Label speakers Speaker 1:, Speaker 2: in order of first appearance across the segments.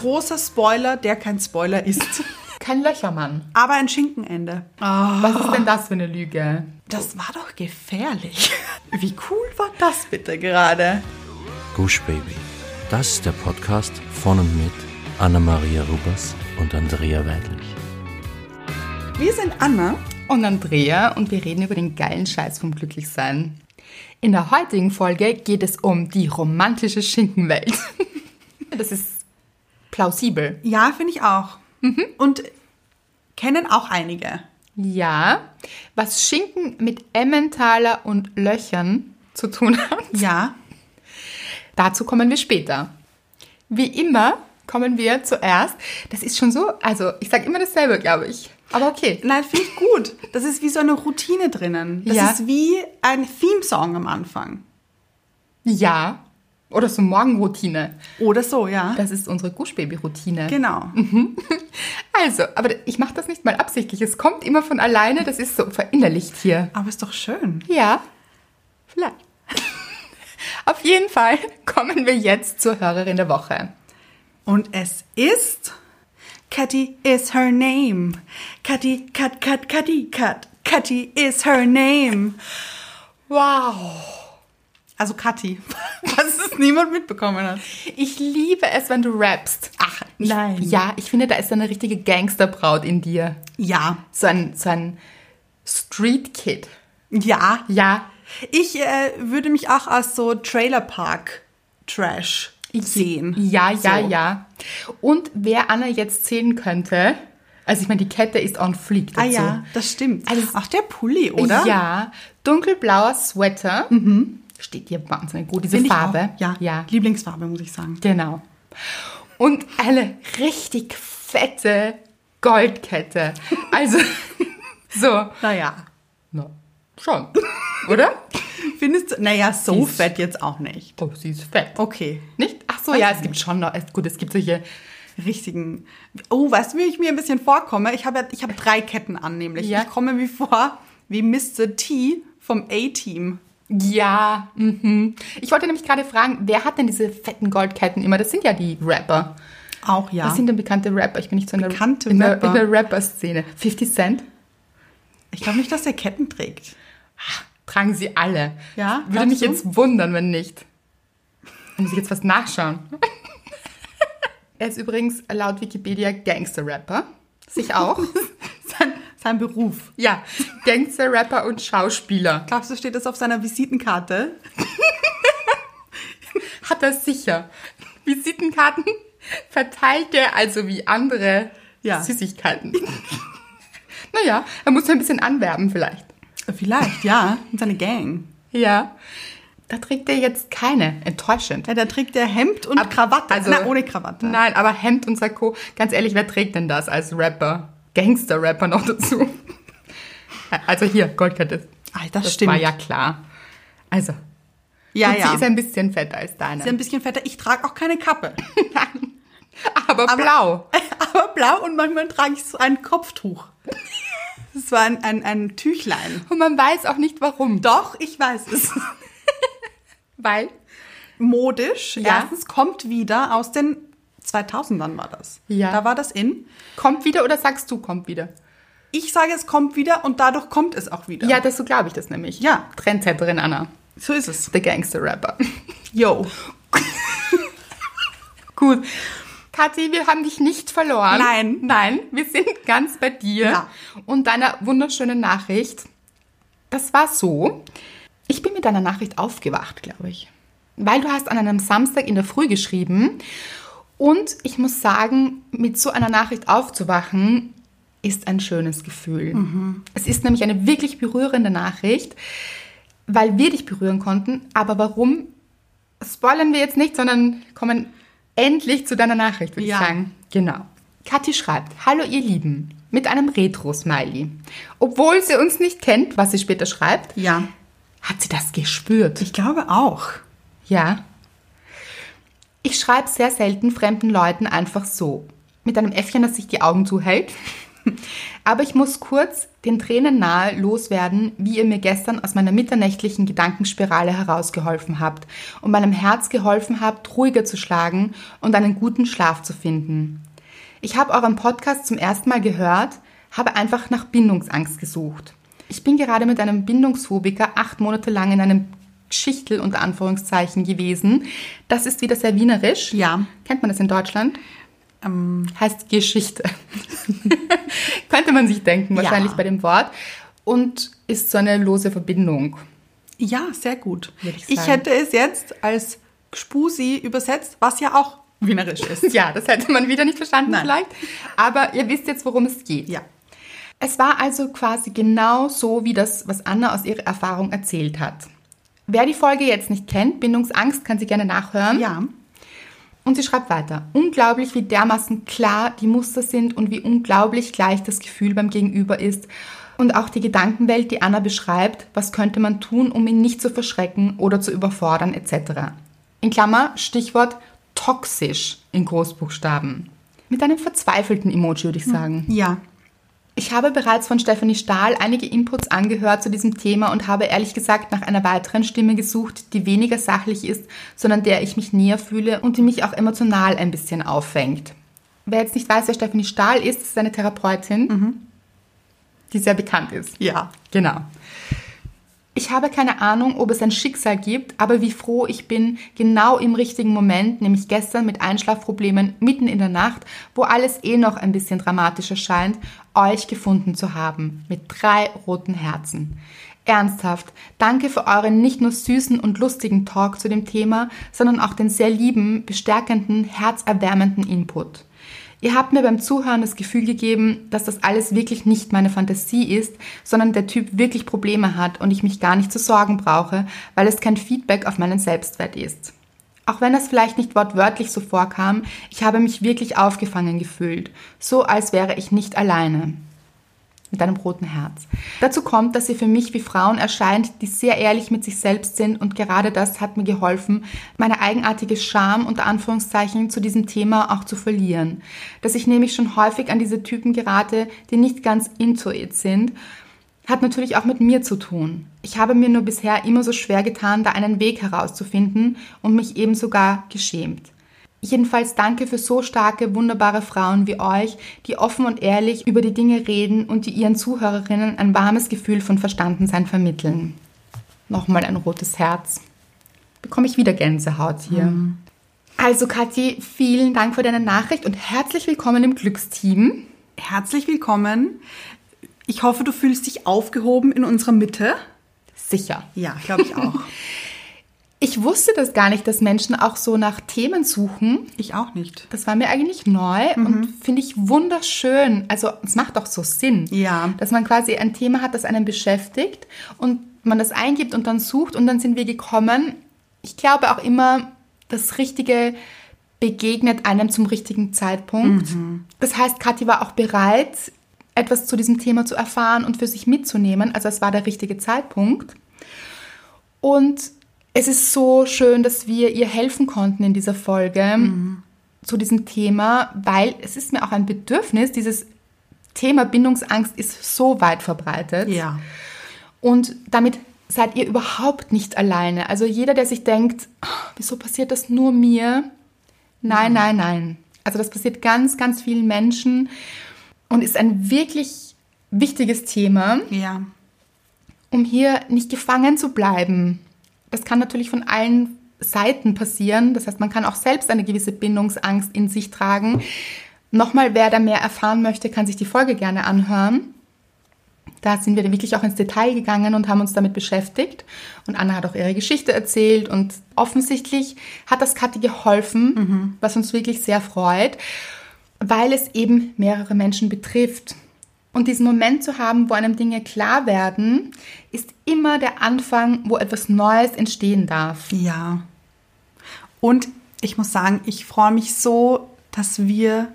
Speaker 1: großer Spoiler, der kein Spoiler ist.
Speaker 2: Kein Löchermann.
Speaker 1: Aber ein Schinkenende. Ah,
Speaker 2: Was ist denn das für eine Lüge?
Speaker 1: das war doch gefährlich. Oh. Wie cool war das bitte gerade?
Speaker 3: Gush Baby. Das ist der Podcast von und mit Anna-Maria Rubers und Andrea Weidlich.
Speaker 1: Wir sind Anna.
Speaker 2: Und Andrea und wir reden über den geilen Scheiß vom Glücklichsein. In der heutigen Folge geht es um die romantische Schinkenwelt. Das ist plausibel.
Speaker 1: Ja, finde ich auch. Und kennen auch einige.
Speaker 2: Ja, was Schinken mit Emmentaler und Löchern zu tun hat,
Speaker 1: Ja.
Speaker 2: Dazu kommen wir später. Wie immer kommen wir zuerst. Das ist schon so, also ich sage immer dasselbe, glaube ich. Aber okay.
Speaker 1: Nein, finde ich gut. Das ist wie so eine Routine drinnen. Das
Speaker 2: Ja.
Speaker 1: ist wie ein Theme-Song am Anfang.
Speaker 2: Ja. Oder so Morgenroutine.
Speaker 1: Oder so, ja.
Speaker 2: Das ist unsere Guschbaby-Routine.
Speaker 1: genau.
Speaker 2: Also, aber ich mache das nicht mal absichtlich. Es kommt immer von alleine. Das ist so verinnerlicht hier.
Speaker 1: Aber ist doch schön.
Speaker 2: Ja, vielleicht. Auf jeden Fall kommen wir jetzt zur Hörerin der Woche.
Speaker 1: Und es ist. Catty is her name. Catty, cut, cut, Catty, cut. Catty is her name.
Speaker 2: Wow.
Speaker 1: Also Catty. Dass es niemand mitbekommen hat.
Speaker 2: Ich liebe es, wenn du rappst. Ach, ich,
Speaker 1: Nein.
Speaker 2: Ja, ich finde, da ist eine richtige Gangsterbraut in dir.
Speaker 1: Ja.
Speaker 2: So ein, so ein Street Kid.
Speaker 1: Ja.
Speaker 2: Ja,
Speaker 1: Ich äh, würde mich auch als so Trailer Park Trash sehen.
Speaker 2: ja, ja,
Speaker 1: So.
Speaker 2: ja. Und wer Anna jetzt sehen könnte, also ich meine, die Kette ist on fleek
Speaker 1: Ah
Speaker 2: dazu.
Speaker 1: ja, das stimmt.
Speaker 2: Also-
Speaker 1: auch der Pulli, oder? Mhm.
Speaker 2: Ja, dunkelblauer Sweater. Steht dir wahnsinnig gut, diese
Speaker 1: Finde ich
Speaker 2: Farbe.
Speaker 1: Auch. Ja.
Speaker 2: ja.
Speaker 1: Lieblingsfarbe, muss ich sagen.
Speaker 2: Genau. Und eine richtig fette Goldkette. Also, so.
Speaker 1: Naja.
Speaker 2: Na, schon. Oder?
Speaker 1: Findest du, naja, so
Speaker 2: Ist-
Speaker 1: fett jetzt auch nicht.
Speaker 2: Oh, sie ist fett.
Speaker 1: Okay.
Speaker 2: Nicht? Ach so, ja, es gibt schon noch. es- Gut, es gibt solche.
Speaker 1: Richtigen. Oh, weißt du, wie ich mir ein bisschen vorkomme? Ich habe, ja- ich habe drei Ketten an, nämlich.
Speaker 2: Ja.
Speaker 1: Ich komme mir vor wie Mr. T vom A-Team.
Speaker 2: Ja, mhm. Ich wollte nämlich gerade fragen, wer hat denn diese fetten Goldketten immer? Das sind ja die Rapper.
Speaker 1: Auch ja.
Speaker 2: Das sind dann bekannte Rapper. Ich bin nicht so in der,
Speaker 1: Bekannte
Speaker 2: in der,
Speaker 1: Rapper.
Speaker 2: in der Rapper-Szene. 50 Cent?
Speaker 1: ich glaube nicht, dass er Ketten trägt.
Speaker 2: Tragen sie alle.
Speaker 1: Ja,
Speaker 2: Würde mich
Speaker 1: glaubst du?
Speaker 2: jetzt wundern, wenn nicht. Da muss ich jetzt was nachschauen. er ist übrigens laut Wikipedia Gangster-Rapper. Sich auch.
Speaker 1: Sein, sein Beruf.
Speaker 2: ja, Gangster-Rapper und Schauspieler.
Speaker 1: Glaubst du, steht das auf seiner Visitenkarte?
Speaker 2: Hat er sicher. Visitenkarten verteilt er also wie andere
Speaker 1: Ja.
Speaker 2: Süßigkeiten. naja, er muss ein bisschen anwerben vielleicht.
Speaker 1: Vielleicht, ja. Und seine Gang.
Speaker 2: Ja. Da trägt er jetzt keine. Enttäuschend.
Speaker 1: Ja, da trägt er Hemd und
Speaker 2: Ab-
Speaker 1: Krawatte.
Speaker 2: also-
Speaker 1: Na, ohne Krawatte.
Speaker 2: Nein, aber Hemd und Sakko, ganz ehrlich, wer trägt denn das als Rapper? Gangster-Rapper noch dazu. Also hier, Goldkette.
Speaker 1: Alter,
Speaker 2: Das
Speaker 1: stimmt.
Speaker 2: war ja klar. Also,
Speaker 1: ja,
Speaker 2: und
Speaker 1: ja.
Speaker 2: sie ist ein bisschen fetter als deine.
Speaker 1: ist ein bisschen fetter. Ich trage auch keine Kappe.
Speaker 2: aber, blau.
Speaker 1: Aber blau und manchmal trage ich so ein Kopftuch. Das war ein, ein, ein Tüchlein.
Speaker 2: Und man weiß auch nicht warum.
Speaker 1: Doch, ich weiß es.
Speaker 2: Weil
Speaker 1: Modisch.
Speaker 2: Ja.
Speaker 1: Erstens kommt wieder aus den 2000ern war das.
Speaker 2: Ja.
Speaker 1: Da war das in.
Speaker 2: Kommt wieder oder sagst du, kommt wieder?
Speaker 1: Ich sage, es kommt wieder und dadurch kommt es auch wieder.
Speaker 2: Ja, das so glaube ich das nämlich.
Speaker 1: Ja.
Speaker 2: Trendsetterin Anna.
Speaker 1: So ist es.
Speaker 2: The Gangster Rapper.
Speaker 1: Yo.
Speaker 2: Gut. Kathi, wir haben dich nicht verloren.
Speaker 1: Nein.
Speaker 2: Nein, wir sind ganz bei dir
Speaker 1: Ja.
Speaker 2: und deiner wunderschönen Nachricht. Das war so. Ich bin mit deiner Nachricht aufgewacht, glaube ich. Weil du hast an einem Samstag in der Früh geschrieben. Und ich muss sagen, mit so einer Nachricht aufzuwachen, ist ein schönes Gefühl. Es ist nämlich eine wirklich berührende Nachricht, weil wir dich berühren konnten. Aber warum, spoilern wir jetzt nicht, sondern kommen endlich zu deiner Nachricht, würde
Speaker 1: Ja.
Speaker 2: ich sagen. Genau. Kathi schreibt, hallo ihr Lieben, mit einem Retro-Smiley. Obwohl sie uns nicht kennt, was sie später schreibt,
Speaker 1: Ja.
Speaker 2: hat sie das gespürt.
Speaker 1: Ich glaube auch.
Speaker 2: Ja. Ich schreibe sehr selten fremden Leuten einfach so. Mit einem Äffchen, das sich die Augen zuhält Aber ich muss kurz den Tränen nahe loswerden, wie ihr mir gestern aus meiner mitternächtlichen Gedankenspirale herausgeholfen habt und meinem Herz geholfen habt, ruhiger zu schlagen und einen guten Schlaf zu finden. Ich habe euren Podcast zum ersten Mal gehört, habe einfach nach Bindungsangst gesucht. Ich bin gerade mit einem Bindungsphobiker acht Monate lang in einem Schichtel unter Anführungszeichen gewesen. Das ist wieder sehr wienerisch.
Speaker 1: Ja. Ähm.
Speaker 2: Kennt man das in Deutschland? Heißt Geschichte. Könnte man sich denken,
Speaker 1: Ja.
Speaker 2: wahrscheinlich bei dem Wort. Und ist so eine lose Verbindung.
Speaker 1: Ja, sehr gut.
Speaker 2: Würde ich
Speaker 1: Ich,
Speaker 2: sagen.
Speaker 1: hätte es jetzt als Gspusi übersetzt, was ja auch wienerisch ist.
Speaker 2: Ja, das hätte man wieder nicht verstanden
Speaker 1: Nein.
Speaker 2: vielleicht. Aber ihr wisst jetzt, worum es geht.
Speaker 1: Ja.
Speaker 2: Es war also quasi genau so wie das, was Anna aus ihrer Erfahrung erzählt hat. Wer die Folge jetzt nicht kennt, Bindungsangst, kann sie gerne nachhören.
Speaker 1: Ja.
Speaker 2: Und sie schreibt weiter. Unglaublich, wie dermaßen klar die Muster sind und wie unglaublich gleich das Gefühl beim Gegenüber ist. Und auch die Gedankenwelt, die Anna beschreibt, was könnte man tun, um ihn nicht zu verschrecken oder zu überfordern etc. In Klammer, Stichwort toxisch in Großbuchstaben. Mit einem verzweifelten Emoji würde ich sagen.
Speaker 1: Ja.
Speaker 2: Ich habe bereits von Stephanie Stahl einige Inputs angehört zu diesem Thema und habe ehrlich gesagt nach einer weiteren Stimme gesucht, die weniger sachlich ist, sondern der ich mich näher fühle und die mich auch emotional ein bisschen auffängt. Wer jetzt nicht weiß, wer Stephanie Stahl ist, ist eine Therapeutin, die sehr bekannt ist.
Speaker 1: Ja.
Speaker 2: Genau. Ich habe keine Ahnung, ob es ein Schicksal gibt, aber wie froh ich bin, genau im richtigen Moment, nämlich gestern mit Einschlafproblemen mitten in der Nacht, wo alles eh noch ein bisschen dramatischer scheint, euch gefunden zu haben. Mit drei roten Herzen. Ernsthaft, danke für euren nicht nur süßen und lustigen Talk zu dem Thema, sondern auch den sehr lieben, bestärkenden, herzerwärmenden Input. Ihr habt mir beim Zuhören das Gefühl gegeben, dass das alles wirklich nicht meine Fantasie ist, sondern der Typ wirklich Probleme hat und ich mich gar nicht zu sorgen brauche, weil es kein Feedback auf meinen Selbstwert ist. Auch wenn das vielleicht nicht wortwörtlich so vorkam, ich habe mich wirklich aufgefangen gefühlt, so als wäre ich nicht alleine mit einem roten Herz. Dazu kommt, dass sie für mich wie Frauen erscheint, die sehr ehrlich mit sich selbst sind und gerade das hat mir geholfen, meine eigenartige Scham unter Anführungszeichen zu diesem Thema auch zu verlieren. Dass ich nämlich schon häufig an diese Typen gerate, die nicht ganz into it sind, hat natürlich auch mit mir zu tun. Ich habe mir nur bisher immer so schwer getan, da einen Weg herauszufinden und mich eben sogar geschämt. Jedenfalls danke für so starke, wunderbare Frauen wie euch, die offen und ehrlich über die Dinge reden und die ihren Zuhörerinnen ein warmes Gefühl von Verstandensein vermitteln. Nochmal ein rotes Herz. Bekomme ich wieder Gänsehaut hier. Also Kathi, vielen Dank für deine Nachricht und herzlich willkommen im Glücksteam.
Speaker 1: Herzlich willkommen. Ich hoffe, du fühlst dich aufgehoben in unserer Mitte.
Speaker 2: Sicher.
Speaker 1: Ja, glaube ich auch.
Speaker 2: Ich wusste das gar nicht, dass Menschen auch so nach Themen suchen.
Speaker 1: ich auch nicht.
Speaker 2: Das war mir eigentlich neu und finde ich wunderschön. Also es macht auch so Sinn,
Speaker 1: Ja.
Speaker 2: dass man quasi ein Thema hat, das einen beschäftigt und man das eingibt und dann sucht und dann sind wir gekommen. Ich glaube auch immer, das Richtige begegnet einem zum richtigen Zeitpunkt. Das heißt, Kathi war auch bereit, etwas zu diesem Thema zu erfahren und für sich mitzunehmen. Also es war der richtige Zeitpunkt. Und es ist so schön, dass wir ihr helfen konnten in dieser Folge zu diesem Thema, weil es ist mir auch ein Bedürfnis, dieses Thema Bindungsangst ist so weit verbreitet.
Speaker 1: Ja.
Speaker 2: Und damit seid ihr überhaupt nicht alleine. Also jeder, der sich denkt, "Ah, wieso passiert das nur mir? Nein, nein, nein. Also das passiert ganz, ganz vielen Menschen und ist ein wirklich wichtiges Thema
Speaker 1: Ja.
Speaker 2: um hier nicht gefangen zu bleiben. Das kann natürlich von allen Seiten passieren. Das heißt, man kann auch selbst eine gewisse Bindungsangst in sich tragen. Nochmal, wer da mehr erfahren möchte, kann sich die Folge gerne anhören. Da sind wir dann wirklich auch ins Detail gegangen und haben uns damit beschäftigt. Und Anna hat auch ihre Geschichte erzählt und offensichtlich hat das Kathi geholfen, was uns wirklich sehr freut, weil es eben mehrere Menschen betrifft. Und diesen Moment zu haben, wo einem Dinge klar werden, ist immer der Anfang, wo etwas Neues entstehen darf.
Speaker 1: Ja. Und ich muss sagen, ich freue mich so, dass wir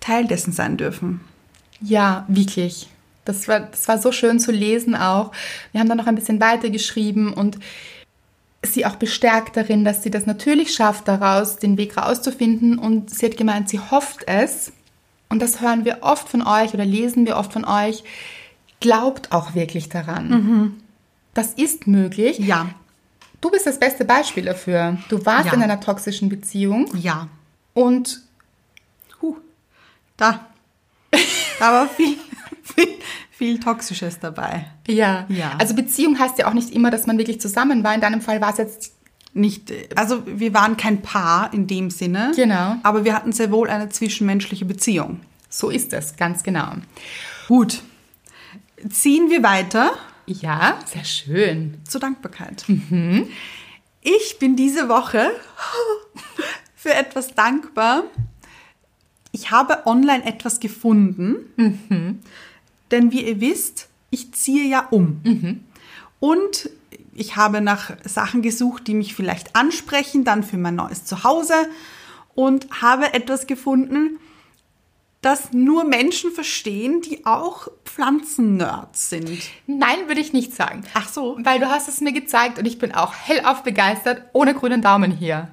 Speaker 1: Teil dessen sein dürfen.
Speaker 2: Ja, wirklich. Das war, das war so schön zu lesen auch. Wir haben dann noch ein bisschen weitergeschrieben und sie auch bestärkt darin, dass sie das natürlich schafft, daraus den Weg rauszufinden. Und sie hat gemeint, sie hofft es. und das hören wir oft von euch oder lesen wir oft von euch, glaubt auch wirklich daran. Das ist möglich.
Speaker 1: Mhm. Ja.
Speaker 2: Du bist das beste Beispiel dafür. Du warst
Speaker 1: Ja.
Speaker 2: in einer toxischen Beziehung
Speaker 1: Ja.
Speaker 2: und
Speaker 1: Huh. Da. Da war viel, viel, viel Toxisches dabei.
Speaker 2: ja.
Speaker 1: Ja.
Speaker 2: also Beziehung heißt ja auch nicht immer, dass man wirklich zusammen war. In deinem Fall war es jetzt
Speaker 1: Nicht, äh, also wir waren kein Paar in dem Sinne.
Speaker 2: Genau.
Speaker 1: Aber wir hatten sehr wohl eine zwischenmenschliche Beziehung.
Speaker 2: so ist es, ganz genau.
Speaker 1: Gut. Ziehen wir weiter
Speaker 2: Ja, sehr schön.
Speaker 1: zur Dankbarkeit. Ich bin diese Woche für etwas dankbar. Ich habe online etwas gefunden, denn wie ihr wisst, ich ziehe ja um. Und ich habe nach Sachen gesucht, die mich vielleicht ansprechen, dann für mein neues Zuhause und habe etwas gefunden, das nur Menschen verstehen, die auch Pflanzennerds sind.
Speaker 2: Nein, würde ich nicht sagen.
Speaker 1: Ach so.
Speaker 2: Weil du hast es mir gezeigt und ich bin auch hellauf begeistert, ohne grünen Daumen hier.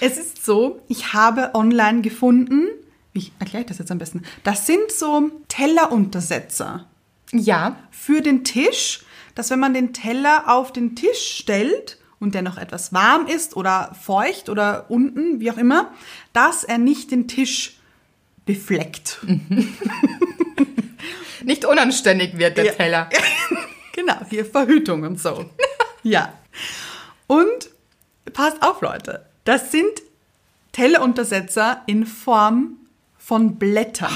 Speaker 1: Es ist so, ich habe online gefunden, wie erkläre ich das jetzt am besten? Das sind so Telleruntersetzer
Speaker 2: Ja,
Speaker 1: für den Tisch, dass wenn man den Teller auf den Tisch stellt und der noch etwas warm ist oder feucht oder unten, wie auch immer, dass er nicht den Tisch befleckt.
Speaker 2: nicht unanständig wird der
Speaker 1: Ja.
Speaker 2: Teller.
Speaker 1: Genau, hier Verhütung und so. ja. Und passt auf, Leute. Das sind Telleruntersetzer in Form von Blättern.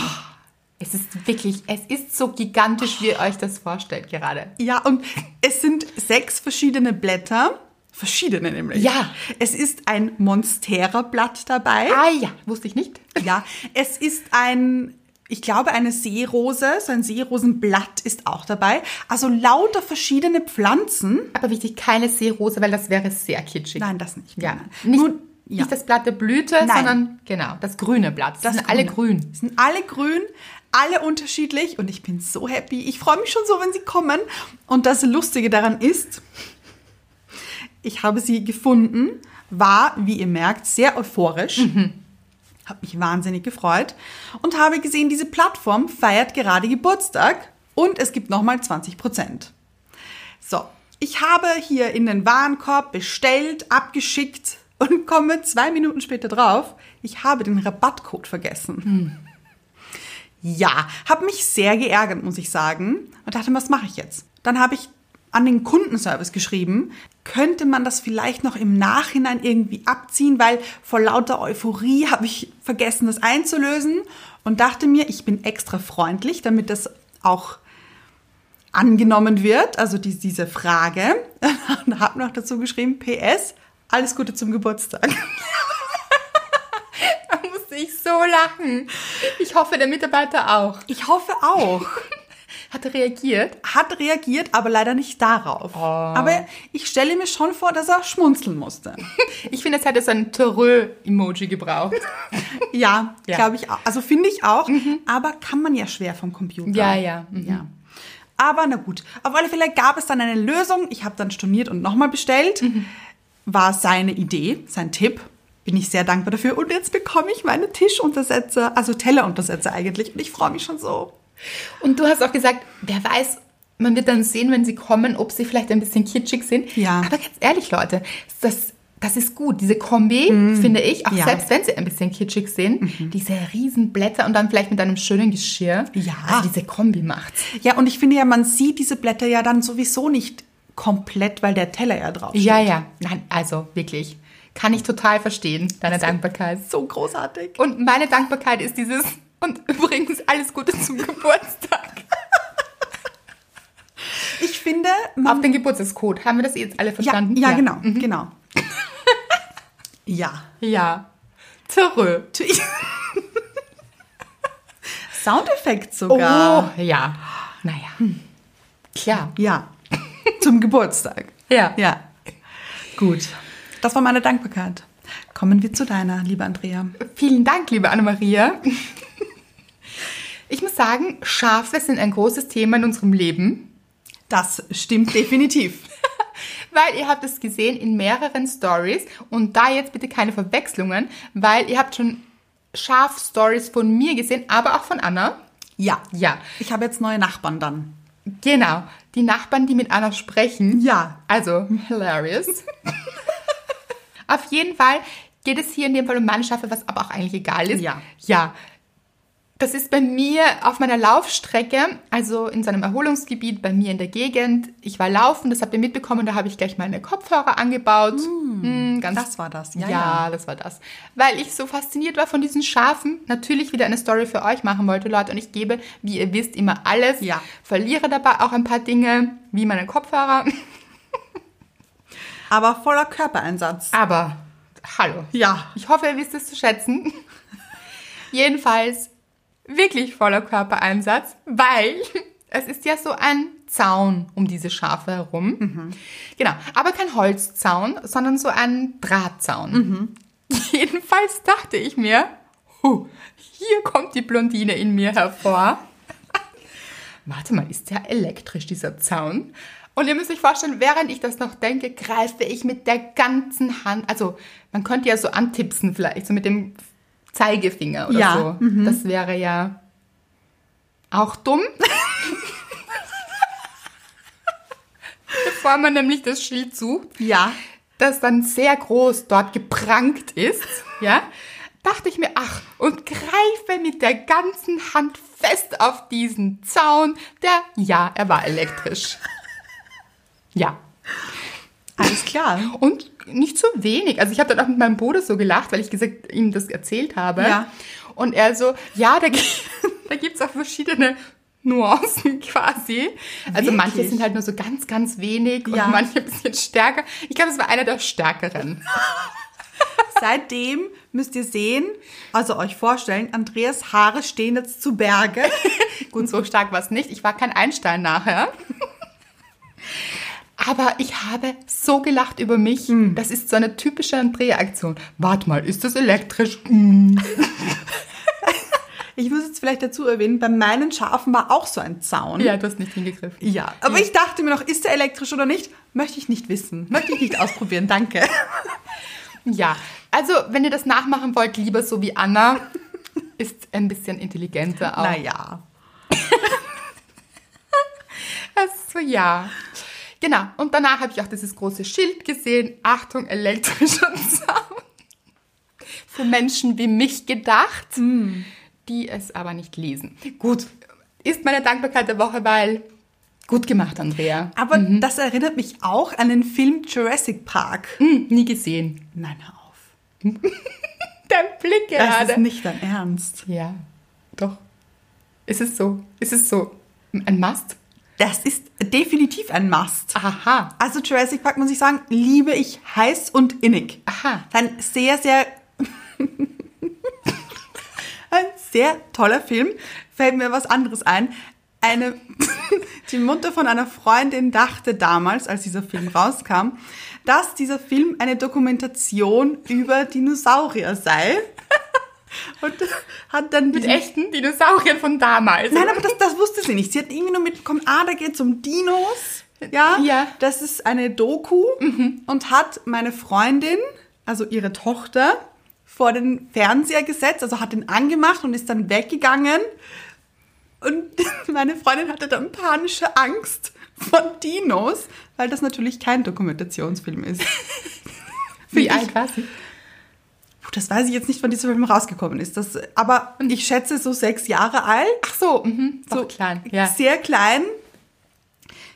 Speaker 2: Es ist wirklich, es ist so gigantisch, wie ihr euch das vorstellt gerade.
Speaker 1: Ja, und es sind sechs verschiedene Blätter. Verschiedene nämlich.
Speaker 2: Ja.
Speaker 1: Es ist ein Monstera-Blatt dabei.
Speaker 2: Ah ja, wusste ich nicht.
Speaker 1: Ja. Es ist ein, ich glaube, eine Seerose. So ein Seerosenblatt ist auch dabei. Also lauter verschiedene Pflanzen.
Speaker 2: Aber wichtig, keine Seerose, weil das wäre sehr kitschig.
Speaker 1: Nein, das nicht.
Speaker 2: Ja,
Speaker 1: Nein.
Speaker 2: nicht,
Speaker 1: Nur- ja.
Speaker 2: nicht das Blatt der Blüte,
Speaker 1: Nein.
Speaker 2: sondern genau, das grüne Blatt. Das,
Speaker 1: Das
Speaker 2: sind alle
Speaker 1: Grüne.
Speaker 2: grün.
Speaker 1: Sind alle grün, alle unterschiedlich und ich bin so happy. Ich freue mich schon so, wenn sie kommen. Und das Lustige daran ist, ich habe sie gefunden, war, wie ihr merkt, sehr euphorisch. Habe mich wahnsinnig gefreut und habe gesehen, diese Plattform feiert gerade Geburtstag und es gibt nochmal 20 Prozent. So, ich habe hier in den Warenkorb bestellt, abgeschickt und komme zwei Minuten später drauf, ich habe den Rabattcode vergessen. Ja, habe mich sehr geärgert, muss ich sagen, und dachte, was mache ich jetzt? Dann habe ich an den Kundenservice geschrieben, könnte man das vielleicht noch im Nachhinein irgendwie abziehen, weil vor lauter Euphorie habe ich vergessen, das einzulösen und dachte mir, ich bin extra freundlich, damit das auch angenommen wird, also die, diese Frage. Und habe noch dazu geschrieben, PS, alles Gute zum Geburtstag.
Speaker 2: Da musste ich so lachen. Ich hoffe, der Mitarbeiter auch.
Speaker 1: Ich hoffe auch.
Speaker 2: Hat er reagiert?
Speaker 1: Hat reagiert, aber leider nicht darauf.
Speaker 2: Oh.
Speaker 1: Aber ich stelle mir schon vor, dass er schmunzeln musste.
Speaker 2: Ich finde, es hätte so ein Terrö-Emoji gebraucht.
Speaker 1: Ja,
Speaker 2: Ja. Mhm.
Speaker 1: glaube ich auch. Also finde ich auch, aber kann man ja schwer vom Computer.
Speaker 2: Ja, ja, mhm.
Speaker 1: ja. Aber na gut, auf alle Fälle gab es dann eine Lösung. Ich habe dann storniert und nochmal bestellt.
Speaker 2: Mhm.
Speaker 1: War seine Idee, sein Tipp. Bin ich sehr dankbar dafür. Und jetzt bekomme ich meine Tischuntersetzer, also Telleruntersetzer eigentlich. Und ich freue mich schon so.
Speaker 2: Und du hast auch gesagt, wer weiß, man wird dann sehen, wenn sie kommen, ob sie vielleicht ein bisschen kitschig sind.
Speaker 1: Ja.
Speaker 2: Aber ganz ehrlich, Leute, das, das ist gut. Diese Kombi, finde ich, auch
Speaker 1: Ja.
Speaker 2: selbst wenn sie ein bisschen kitschig sind, diese riesen Blätter und dann vielleicht mit einem schönen Geschirr.
Speaker 1: Ja.
Speaker 2: Also diese Kombi macht's.
Speaker 1: Ja, und ich finde ja, man sieht diese Blätter ja dann sowieso nicht komplett, weil der Teller ja drauf steht.
Speaker 2: Ja, ja. Nein, also wirklich. Kann ich total verstehen, deine Dankbarkeit.
Speaker 1: So großartig.
Speaker 2: Und meine Dankbarkeit ist dieses, und übrigens alles Gute zum Geburtstag.
Speaker 1: Ich finde, man
Speaker 2: Auf den Geburtstagscode. Haben wir das jetzt alle verstanden? Mhm.
Speaker 1: Ja, ja, genau, genau. ja.
Speaker 2: Ja. Terrö.
Speaker 1: Soundeffekt
Speaker 2: Oh,
Speaker 1: sogar.
Speaker 2: ja. Naja. Klar.
Speaker 1: Ja. Zum Geburtstag.
Speaker 2: Ja.
Speaker 1: Ja. Gut. Das war meine Dankbarkeit. Kommen wir zu deiner, liebe Andrea.
Speaker 2: Vielen Dank, liebe Anna-Maria. Ich muss sagen, Schafe sind ein großes Thema in unserem Leben,
Speaker 1: Das stimmt definitiv.
Speaker 2: weil ihr habt es gesehen in mehreren Stories und da jetzt bitte keine Verwechslungen, weil ihr habt schon Schaf-Stories von mir gesehen, aber auch von Anna.
Speaker 1: Ja.
Speaker 2: Ja,
Speaker 1: Ich habe jetzt neue Nachbarn dann.
Speaker 2: genau. Die Nachbarn, die mit Anna sprechen.
Speaker 1: Ja.
Speaker 2: Also, hilarious. Auf jeden Fall geht es hier in dem Fall um meine Schafe, was aber auch eigentlich egal ist.
Speaker 1: Ja.
Speaker 2: Ja. Das ist bei mir auf meiner Laufstrecke, also in seinem Erholungsgebiet, bei mir in der Gegend. Ich war laufen, das habt ihr mitbekommen, da habe ich gleich meine Kopfhörer angebaut. Mm, ganz
Speaker 1: Das war das.
Speaker 2: ja,
Speaker 1: Ja,
Speaker 2: das war das. Weil ich so fasziniert war von diesen Schafen, natürlich wieder eine Story für euch machen wollte, Leute. Und ich gebe, wie ihr wisst, immer alles.
Speaker 1: Ja.
Speaker 2: Verliere dabei auch ein paar Dinge, wie meine Kopfhörer.
Speaker 1: Aber voller Körpereinsatz.
Speaker 2: Aber, hallo.
Speaker 1: Ja.
Speaker 2: Ich hoffe, ihr wisst es zu schätzen. Jedenfalls wirklich voller Körpereinsatz, weil es ist ja so ein Zaun um diese Schafe herum. Genau, aber kein Holzzaun, sondern so ein Drahtzaun. Jedenfalls dachte ich mir, huh, hier kommt die Blondine in mir hervor. Warte mal, ist der elektrisch, dieser Zaun? Und ihr müsst euch vorstellen, während ich das noch denke, greife ich mit der ganzen Hand. Also, man könnte ja so antipsen, vielleicht, so mit dem Zeigefinger oder
Speaker 1: Ja,
Speaker 2: so. Das wäre ja auch dumm. Bevor man nämlich das Schild sucht
Speaker 1: Ja.
Speaker 2: das dann sehr groß dort geprangt ist, ja, dachte ich mir, ach, und greife mit der ganzen Hand fest auf diesen Zaun, der, ja, er war elektrisch. Ja.
Speaker 1: Alles klar.
Speaker 2: Und nicht zu wenig. Also ich habe dann auch mit meinem Bruder so gelacht, weil ich gesagt, ihm das erzählt habe.
Speaker 1: Ja.
Speaker 2: Und er so, ja, da, gi- da gibt es auch verschiedene Nuancen quasi. Also manche
Speaker 1: Wirklich?
Speaker 2: sind halt nur so ganz, ganz wenig
Speaker 1: Ja.
Speaker 2: und manche ein bisschen stärker. Ich glaube, es war einer der stärkeren.
Speaker 1: Seitdem müsst ihr sehen, also euch vorstellen, Andreas Haare stehen jetzt zu Berge.
Speaker 2: Gut, so stark war es nicht. Ich war kein Einstein nachher. Aber ich habe so gelacht über mich. Das ist so eine typische Andrea-Aktion. Wart mal, ist das elektrisch? Mm.
Speaker 1: Ich muss jetzt vielleicht dazu erwähnen, bei meinen Schafen war auch so ein Zaun.
Speaker 2: Ja, du hast nicht hingegriffen.
Speaker 1: Ja, aber ich dachte mir noch, ist der elektrisch oder nicht? Möchte ich nicht wissen. Möchte ich nicht ausprobieren, danke.
Speaker 2: Ja, also wenn ihr das nachmachen wollt, lieber so wie Anna, ist ein bisschen intelligenter auch.
Speaker 1: Naja.
Speaker 2: Also ja. Genau, und danach habe ich auch dieses große Schild gesehen. Achtung, elektrischer Zaun. Für Menschen wie mich gedacht,
Speaker 1: Hm.
Speaker 2: die es aber nicht lesen. Gut, ist meine Dankbarkeit der Woche, weil gut gemacht, Andrea.
Speaker 1: Aber das erinnert mich auch an den Film Jurassic Park.
Speaker 2: Hm, nie gesehen.
Speaker 1: Nein, hör auf.
Speaker 2: Dein Blick
Speaker 1: Das
Speaker 2: gerade.
Speaker 1: ist nicht dein Ernst.
Speaker 2: ja, doch. Ist es so? Ist es so? Ein Must?
Speaker 1: Das ist definitiv ein Must.
Speaker 2: Aha.
Speaker 1: Also Jurassic Park, muss ich sagen, liebe ich heiß und innig.
Speaker 2: Aha.
Speaker 1: Ein sehr, sehr... ein sehr toller Film. Fällt mir was anderes ein. Eine, die Mutter von einer Freundin dachte damals, als dieser Film rauskam, dass dieser Film eine Dokumentation über Dinosaurier sei. Und hat dann
Speaker 2: Mit
Speaker 1: diesen-
Speaker 2: echten Dinosauriern von damals.
Speaker 1: Nein, aber das, das wusste sie nicht. Sie hat irgendwie nur mitbekommen, ah, da geht's um Dinos. Ja,
Speaker 2: Ja.
Speaker 1: das ist eine Doku und hat meine Freundin, also ihre Tochter, vor den Fernseher gesetzt, also hat ihn angemacht und ist dann weggegangen. Und meine Freundin hatte dann panische Angst von Dinos, weil das natürlich kein Dokumentationsfilm ist.
Speaker 2: wie
Speaker 1: ich-
Speaker 2: alt war sie?
Speaker 1: Puh, das weiß ich jetzt nicht, wann dieser Film rausgekommen ist. Das, aber ich schätze so sechs Jahre alt.
Speaker 2: Ach so, mhm. so
Speaker 1: So
Speaker 2: klein. Ja.
Speaker 1: Sehr klein.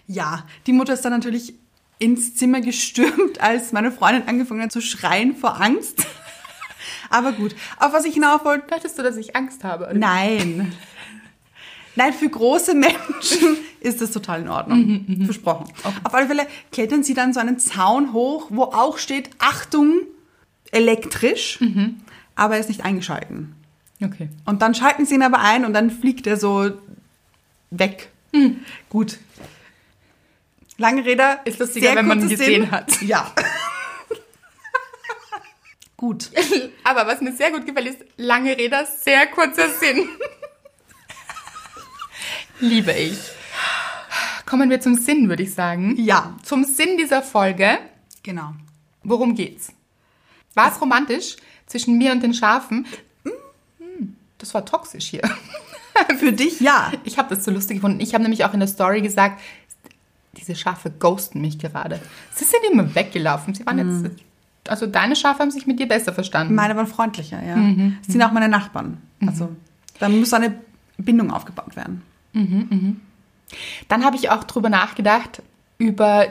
Speaker 1: Ja, die Mutter ist dann natürlich ins Zimmer gestürmt, als meine Freundin angefangen hat zu schreien vor Angst. Aber gut, auf was ich hinauf wollte.
Speaker 2: Dachtest du, dass ich Angst habe? oder?
Speaker 1: Nein. Nein, für große Menschen ist das total in
Speaker 2: Mhm,
Speaker 1: Ordnung. Versprochen. Auf alle Fälle klettern sie dann so einen Zaun hoch, wo auch steht, Achtung, elektrisch,
Speaker 2: Mhm.
Speaker 1: aber er ist nicht eingeschalten.
Speaker 2: Okay.
Speaker 1: Und dann schalten sie ihn aber ein und dann fliegt er so weg. Gut. Lange Rede.
Speaker 2: Mhm. Ist lustiger, wenn man ihn
Speaker 1: kurzes
Speaker 2: gesehen hat.
Speaker 1: Ja. Gut.
Speaker 2: Aber was mir sehr gut gefällt, ist lange Rede, sehr kurzer Sinn. Liebe ich. Kommen wir zum Sinn, würde ich sagen.
Speaker 1: Ja,
Speaker 2: Zum Sinn dieser Folge.
Speaker 1: genau.
Speaker 2: Worum geht's? War es romantisch zwischen mir und den Schafen? Hm, das war toxisch hier.
Speaker 1: Für dich ja.
Speaker 2: Ich habe das so lustig gefunden. Ich habe nämlich auch in der Story gesagt, diese Schafe ghosten mich gerade. Sie sind immer weggelaufen. Sie waren jetzt. Also deine Schafe haben sich mit dir besser verstanden.
Speaker 1: Meine waren freundlicher, ja. Es sind auch meine Nachbarn. Also da muss eine Bindung aufgebaut werden.
Speaker 2: Dann habe ich auch drüber nachgedacht, über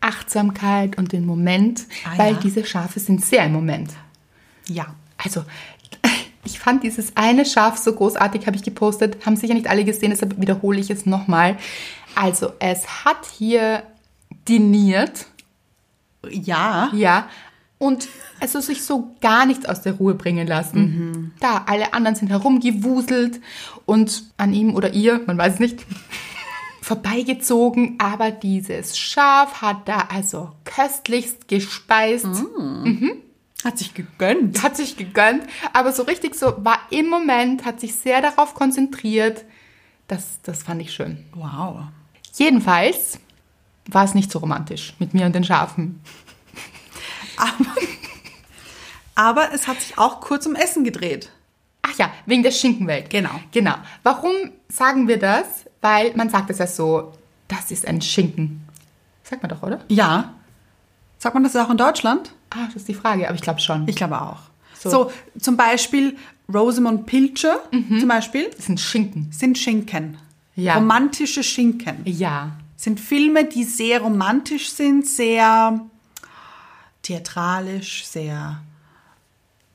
Speaker 2: Achtsamkeit und den Moment,
Speaker 1: Ah,
Speaker 2: weil
Speaker 1: ja.
Speaker 2: diese Schafe sind sehr im Moment.
Speaker 1: Ja.
Speaker 2: Also, ich fand dieses eine Schaf so großartig, habe ich gepostet. Haben sicher nicht alle gesehen, deshalb wiederhole ich es nochmal. Also, es hat hier diniert,
Speaker 1: Ja.
Speaker 2: ja, und also sich so gar nichts aus der Ruhe bringen lassen. Da, alle anderen sind herumgewuselt und an ihm oder ihr, man weiß es nicht, vorbeigezogen. Aber dieses Schaf hat da also köstlichst gespeist.
Speaker 1: Hat sich gegönnt.
Speaker 2: hat sich gegönnt, aber so richtig so war im Moment, hat sich sehr darauf konzentriert. Das, das fand ich schön.
Speaker 1: Wow.
Speaker 2: Jedenfalls war es nicht so romantisch mit mir und den Schafen.
Speaker 1: Aber es hat sich auch kurz um Essen gedreht.
Speaker 2: Ach ja, wegen der Schinkenwelt.
Speaker 1: Genau.
Speaker 2: Genau. Warum sagen wir das? Weil man sagt es ja so, das ist ein Schinken. Sagt man doch, oder?
Speaker 1: Ja. Sagt man das auch in Deutschland?
Speaker 2: Ah, das ist die Frage, aber ich glaube schon.
Speaker 1: Ich glaube auch.
Speaker 2: So.
Speaker 1: So, zum Beispiel Rosamund Pilcher zum Beispiel
Speaker 2: das ist ein Schinken.
Speaker 1: sind Schinken.
Speaker 2: Ja.
Speaker 1: Romantische Schinken.
Speaker 2: Ja.
Speaker 1: Sind Filme, die sehr romantisch sind, sehr theatralisch, sehr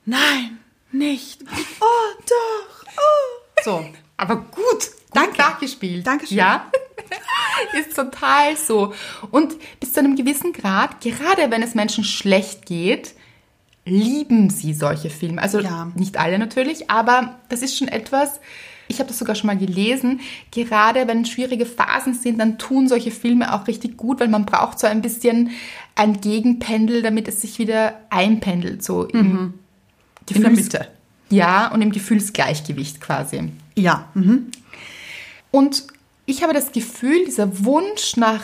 Speaker 1: Nein, nicht. Oh, doch. Oh. So.
Speaker 2: Aber gut, gut
Speaker 1: Danke.
Speaker 2: nachgespielt.
Speaker 1: Dankeschön.
Speaker 2: Ja. Ist total so. Und bis zu einem gewissen Grad, gerade wenn es Menschen schlecht geht, lieben sie solche Filme. Also
Speaker 1: Ja.
Speaker 2: nicht alle natürlich, aber das ist schon etwas, ich habe das sogar schon mal gelesen, gerade wenn schwierige Phasen sind, dann tun solche Filme auch richtig gut, weil man braucht so ein bisschen ein Gegenpendel, damit es sich wieder einpendelt, so im
Speaker 1: Mhm. der
Speaker 2: Gefühls-
Speaker 1: Mitte.
Speaker 2: Ja, und im Gefühlsgleichgewicht quasi.
Speaker 1: Ja. Mhm.
Speaker 2: Und ich habe das Gefühl, dieser Wunsch nach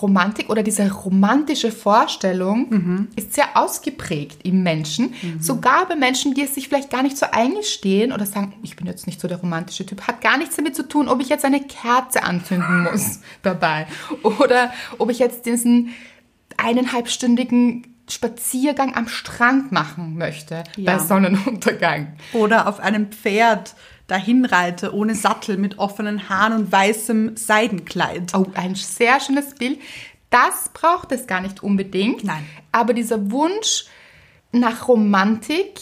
Speaker 2: Romantik oder diese romantische Vorstellung ist sehr ausgeprägt im Menschen. Sogar bei Menschen, die es sich vielleicht gar nicht so eingestehen oder sagen, ich bin jetzt nicht so der romantische Typ, hat gar nichts damit zu tun, ob ich jetzt eine Kerze anzünden muss dabei oder ob ich jetzt diesen eineinhalbstündigen Spaziergang am Strand machen möchte
Speaker 1: Ja.
Speaker 2: bei Sonnenuntergang.
Speaker 1: Oder auf einem Pferd dahin reite, ohne Sattel, mit offenen Haaren und weißem Seidenkleid.
Speaker 2: Oh, ein sehr schönes Bild. Das braucht es gar nicht unbedingt.
Speaker 1: Nein.
Speaker 2: Aber dieser Wunsch nach Romantik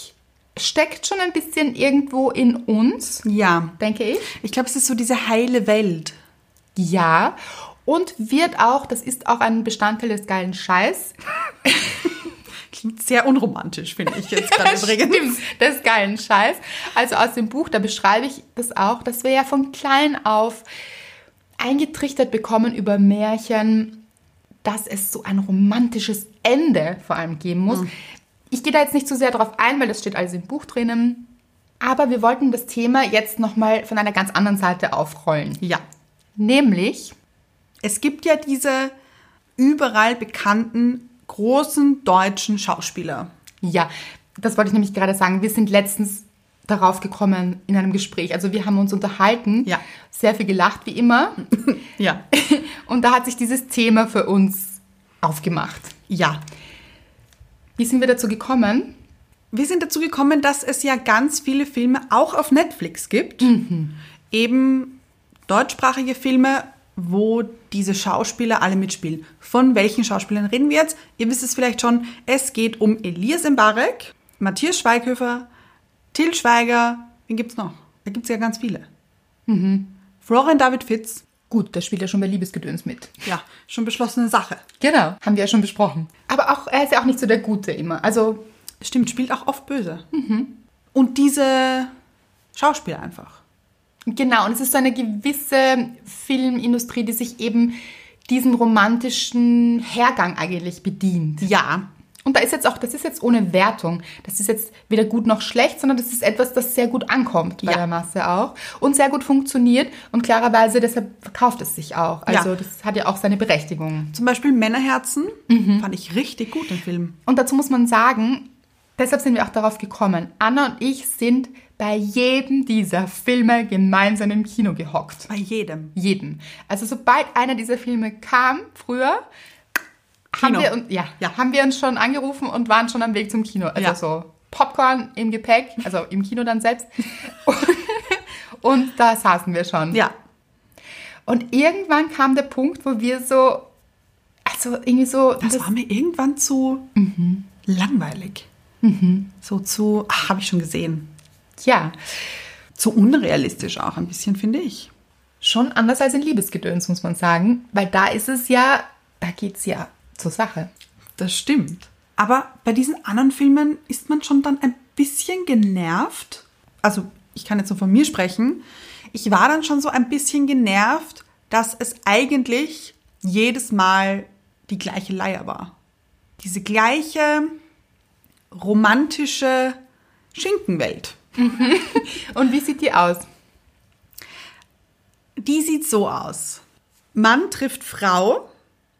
Speaker 2: steckt schon ein bisschen irgendwo in uns,
Speaker 1: Ja.
Speaker 2: denke ich.
Speaker 1: Ich glaube, es ist so diese heile Welt.
Speaker 2: Ja. Und wird auch, das ist auch ein Bestandteil des geilen Scheiß.
Speaker 1: Klingt sehr unromantisch, finde ich jetzt gerade übrigens.
Speaker 2: Stimmt, des geilen Scheiß. Also aus dem Buch, da beschreibe ich das auch, dass wir ja von klein auf eingetrichtert bekommen über Märchen, dass es so ein romantisches Ende vor allem geben muss. Ich gehe da jetzt nicht so sehr drauf ein, weil das steht alles im Buch drinnen. Aber wir wollten das Thema jetzt nochmal von einer ganz anderen Seite aufrollen.
Speaker 1: Ja.
Speaker 2: Nämlich,
Speaker 1: Es gibt ja diese überall bekannten großen deutschen Schauspieler.
Speaker 2: ja, das wollte ich nämlich gerade sagen, wir sind letztens darauf gekommen in einem Gespräch. Also wir haben uns unterhalten,
Speaker 1: Ja.
Speaker 2: sehr viel gelacht wie immer.
Speaker 1: Ja.
Speaker 2: Und da hat sich dieses Thema für uns aufgemacht.
Speaker 1: Ja.
Speaker 2: Wie sind wir dazu gekommen?
Speaker 1: Wir sind dazu gekommen, dass es ja ganz viele Filme auch auf Netflix gibt. Eben deutschsprachige Filme, wo diese Schauspieler alle mitspielen. Von welchen Schauspielern reden wir jetzt? Ihr wisst es vielleicht schon. Es geht um Elias Mbarek, Matthias Schweighöfer, Till Schweiger. Wen gibt's noch? Da gibt's ja ganz viele. Florian David Fitz.
Speaker 2: Gut, das spielt ja schon bei Liebesgedöns mit.
Speaker 1: Ja, schon beschlossene Sache.
Speaker 2: Genau. Haben wir ja schon besprochen. Aber auch, er ist ja auch nicht so der Gute immer. Also,
Speaker 1: Stimmt, spielt auch oft böse. Und diese Schauspieler einfach.
Speaker 2: genau. Und es ist so eine gewisse Filmindustrie, die sich eben diesem romantischen Hergang eigentlich bedient.
Speaker 1: Ja,
Speaker 2: Und da ist jetzt auch, das ist jetzt ohne Wertung. Das ist jetzt weder gut noch schlecht, sondern das ist etwas, das sehr gut ankommt bei
Speaker 1: Ja.
Speaker 2: der Masse auch und sehr gut funktioniert und klarerweise deshalb verkauft es sich auch. Also
Speaker 1: Ja.
Speaker 2: das hat ja auch seine Berechtigung.
Speaker 1: Zum Beispiel Männerherzen
Speaker 2: Mhm.
Speaker 1: fand ich richtig gut, den Film.
Speaker 2: Und dazu muss man sagen, deshalb sind wir auch darauf gekommen. Anna und ich sind bei jedem dieser Filme gemeinsam im Kino gehockt.
Speaker 1: Bei jedem.
Speaker 2: Jeden. Also sobald einer dieser Filme kam, früher, haben
Speaker 1: Kino.
Speaker 2: wir, uns, ja,
Speaker 1: Ja.
Speaker 2: haben wir uns schon angerufen und waren schon am Weg zum Kino. Also
Speaker 1: Ja.
Speaker 2: so Popcorn im Gepäck, also im Kino dann selbst. Und, und da saßen wir schon.
Speaker 1: Ja.
Speaker 2: Und irgendwann kam der Punkt, wo wir so, also irgendwie so,
Speaker 1: Das, war mir irgendwann zu
Speaker 2: Mhm.
Speaker 1: langweilig. So zu, ach, habe ich schon gesehen.
Speaker 2: ja,
Speaker 1: Zu unrealistisch auch ein bisschen, finde ich.
Speaker 2: schon anders als in Liebesgedöns, muss man sagen. Weil da ist es ja, da geht's ja zur Sache.
Speaker 1: Das stimmt. Aber bei diesen anderen Filmen ist man schon dann ein bisschen genervt. Also, ich kann jetzt nur von mir sprechen. Ich war dann schon so ein bisschen genervt, dass es eigentlich jedes Mal die gleiche Leier war. Diese gleiche romantische Schinkenwelt.
Speaker 2: Und wie sieht die aus?
Speaker 1: Die sieht so aus. Mann trifft Frau,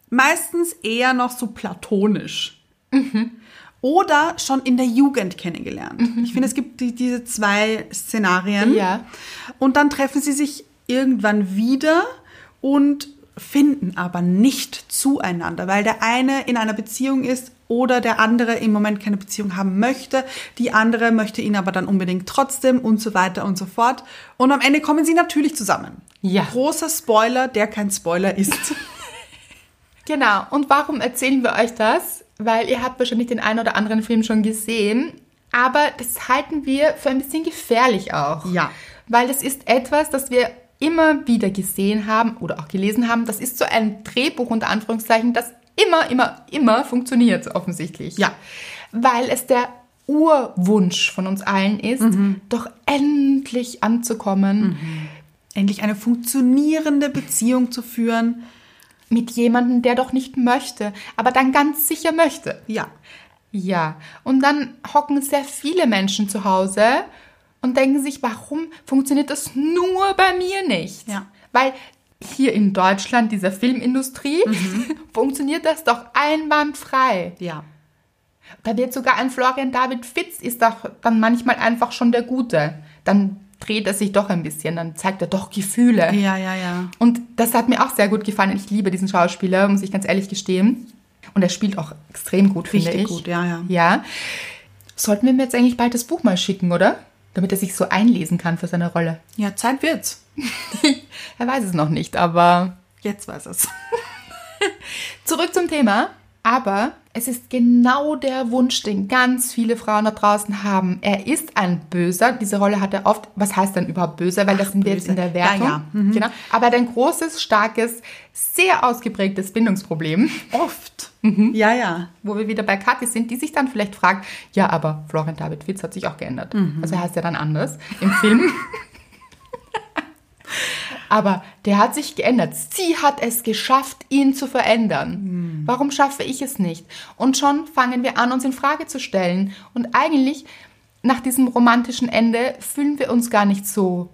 Speaker 1: meistens eher noch so platonisch. Oder schon in der Jugend kennengelernt. Ich finde, es gibt die, diese zwei Szenarien.
Speaker 2: Ja.
Speaker 1: Und dann treffen sie sich irgendwann wieder und finden aber nicht zueinander, weil der eine in einer Beziehung ist oder der andere im Moment keine Beziehung haben möchte, die andere möchte ihn aber dann unbedingt trotzdem und so weiter und so fort. Und am Ende kommen sie natürlich zusammen.
Speaker 2: Ja.
Speaker 1: Großer Spoiler, der kein Spoiler ist.
Speaker 2: Genau. Und warum erzählen wir euch das? Weil ihr habt wahrscheinlich den einen oder anderen Film schon gesehen. Aber das halten wir für ein bisschen gefährlich auch.
Speaker 1: Ja.
Speaker 2: Weil das ist etwas, das wir immer wieder gesehen haben oder auch gelesen haben. Das ist so ein Drehbuch unter Anführungszeichen, das immer, immer, immer funktioniert offensichtlich.
Speaker 1: Ja.
Speaker 2: Weil es der Urwunsch von uns allen ist,
Speaker 1: Mhm.
Speaker 2: doch endlich anzukommen,
Speaker 1: Endlich eine funktionierende Beziehung zu führen.
Speaker 2: mit jemandem, der doch nicht möchte, aber dann ganz sicher möchte.
Speaker 1: Ja.
Speaker 2: Ja, und dann hocken sehr viele Menschen zu Hause und denken sich, warum funktioniert das nur bei mir nicht?
Speaker 1: Ja.
Speaker 2: Weil hier in Deutschland, dieser Filmindustrie,
Speaker 1: Mhm.
Speaker 2: funktioniert das doch einwandfrei.
Speaker 1: Ja.
Speaker 2: Da wird sogar ein Florian David Fitz ist doch dann manchmal einfach schon der Gute. Dann dreht er sich doch ein bisschen, dann zeigt er doch Gefühle.
Speaker 1: Ja, ja, ja.
Speaker 2: Und das hat mir auch sehr gut gefallen. Ich liebe diesen Schauspieler, muss ich ganz ehrlich gestehen. Und er spielt auch extrem gut, finde
Speaker 1: Richtig
Speaker 2: ich.
Speaker 1: gut, ja, ja.
Speaker 2: Ja. Sollten wir ihm jetzt eigentlich bald das Buch mal schicken, oder? Damit er sich so einlesen kann für seine Rolle.
Speaker 1: Ja, Zeit wird's.
Speaker 2: Er weiß es noch nicht, aber
Speaker 1: Jetzt weiß es.
Speaker 2: zurück zum Thema. Aber es ist genau der Wunsch, den ganz viele Frauen da draußen haben. Er ist ein Böser. Diese Rolle hat er oft. Was heißt denn überhaupt Böser? Weil das sind wir jetzt
Speaker 1: Böse.
Speaker 2: in der Wertung.
Speaker 1: Ja, Mhm. ja.
Speaker 2: Genau. Aber er hat ein großes, starkes, sehr ausgeprägtes Bindungsproblem.
Speaker 1: Oft. Mhm. Ja, ja.
Speaker 2: wo wir wieder bei Kathi sind, die sich dann vielleicht fragt, ja, aber Florian David Fitz hat sich auch geändert. Also er heißt ja dann anders im Film. aber der hat sich geändert. Sie hat es geschafft, ihn zu verändern. Warum schaffe ich es nicht? Und schon fangen wir an, uns in Frage zu stellen. Und eigentlich nach diesem romantischen Ende fühlen wir uns gar nicht so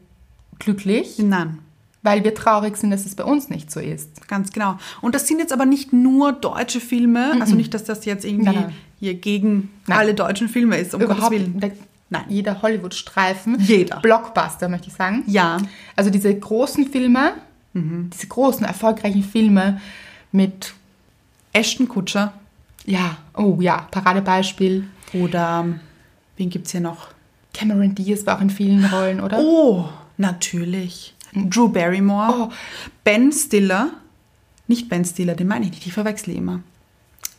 Speaker 2: glücklich,
Speaker 1: Nein.
Speaker 2: weil wir traurig sind, dass es bei uns nicht so ist.
Speaker 1: Ganz genau. Und das sind jetzt aber nicht nur deutsche Filme, also nicht, dass das jetzt irgendwie
Speaker 2: Mhm. Nein, nein.
Speaker 1: hier gegen
Speaker 2: Nein.
Speaker 1: alle deutschen Filme ist, um
Speaker 2: überhaupt
Speaker 1: Gottes Willen.
Speaker 2: da-
Speaker 1: Nein.
Speaker 2: Jeder Hollywood-Streifen.
Speaker 1: Jeder.
Speaker 2: Blockbuster, möchte ich sagen.
Speaker 1: Ja. Mhm.
Speaker 2: Also diese großen Filme, diese großen, erfolgreichen Filme mit,
Speaker 1: Ashton Kutscher
Speaker 2: ja, oh ja, Paradebeispiel.
Speaker 1: oder ähm, wen gibt's hier noch?
Speaker 2: Cameron Diaz war auch in vielen Rollen, oder?
Speaker 1: Oh, natürlich. Drew Barrymore.
Speaker 2: Hm. Oh.
Speaker 1: Ben Stiller. Nicht Ben Stiller, den meine ich nicht, die verwechsel ich immer.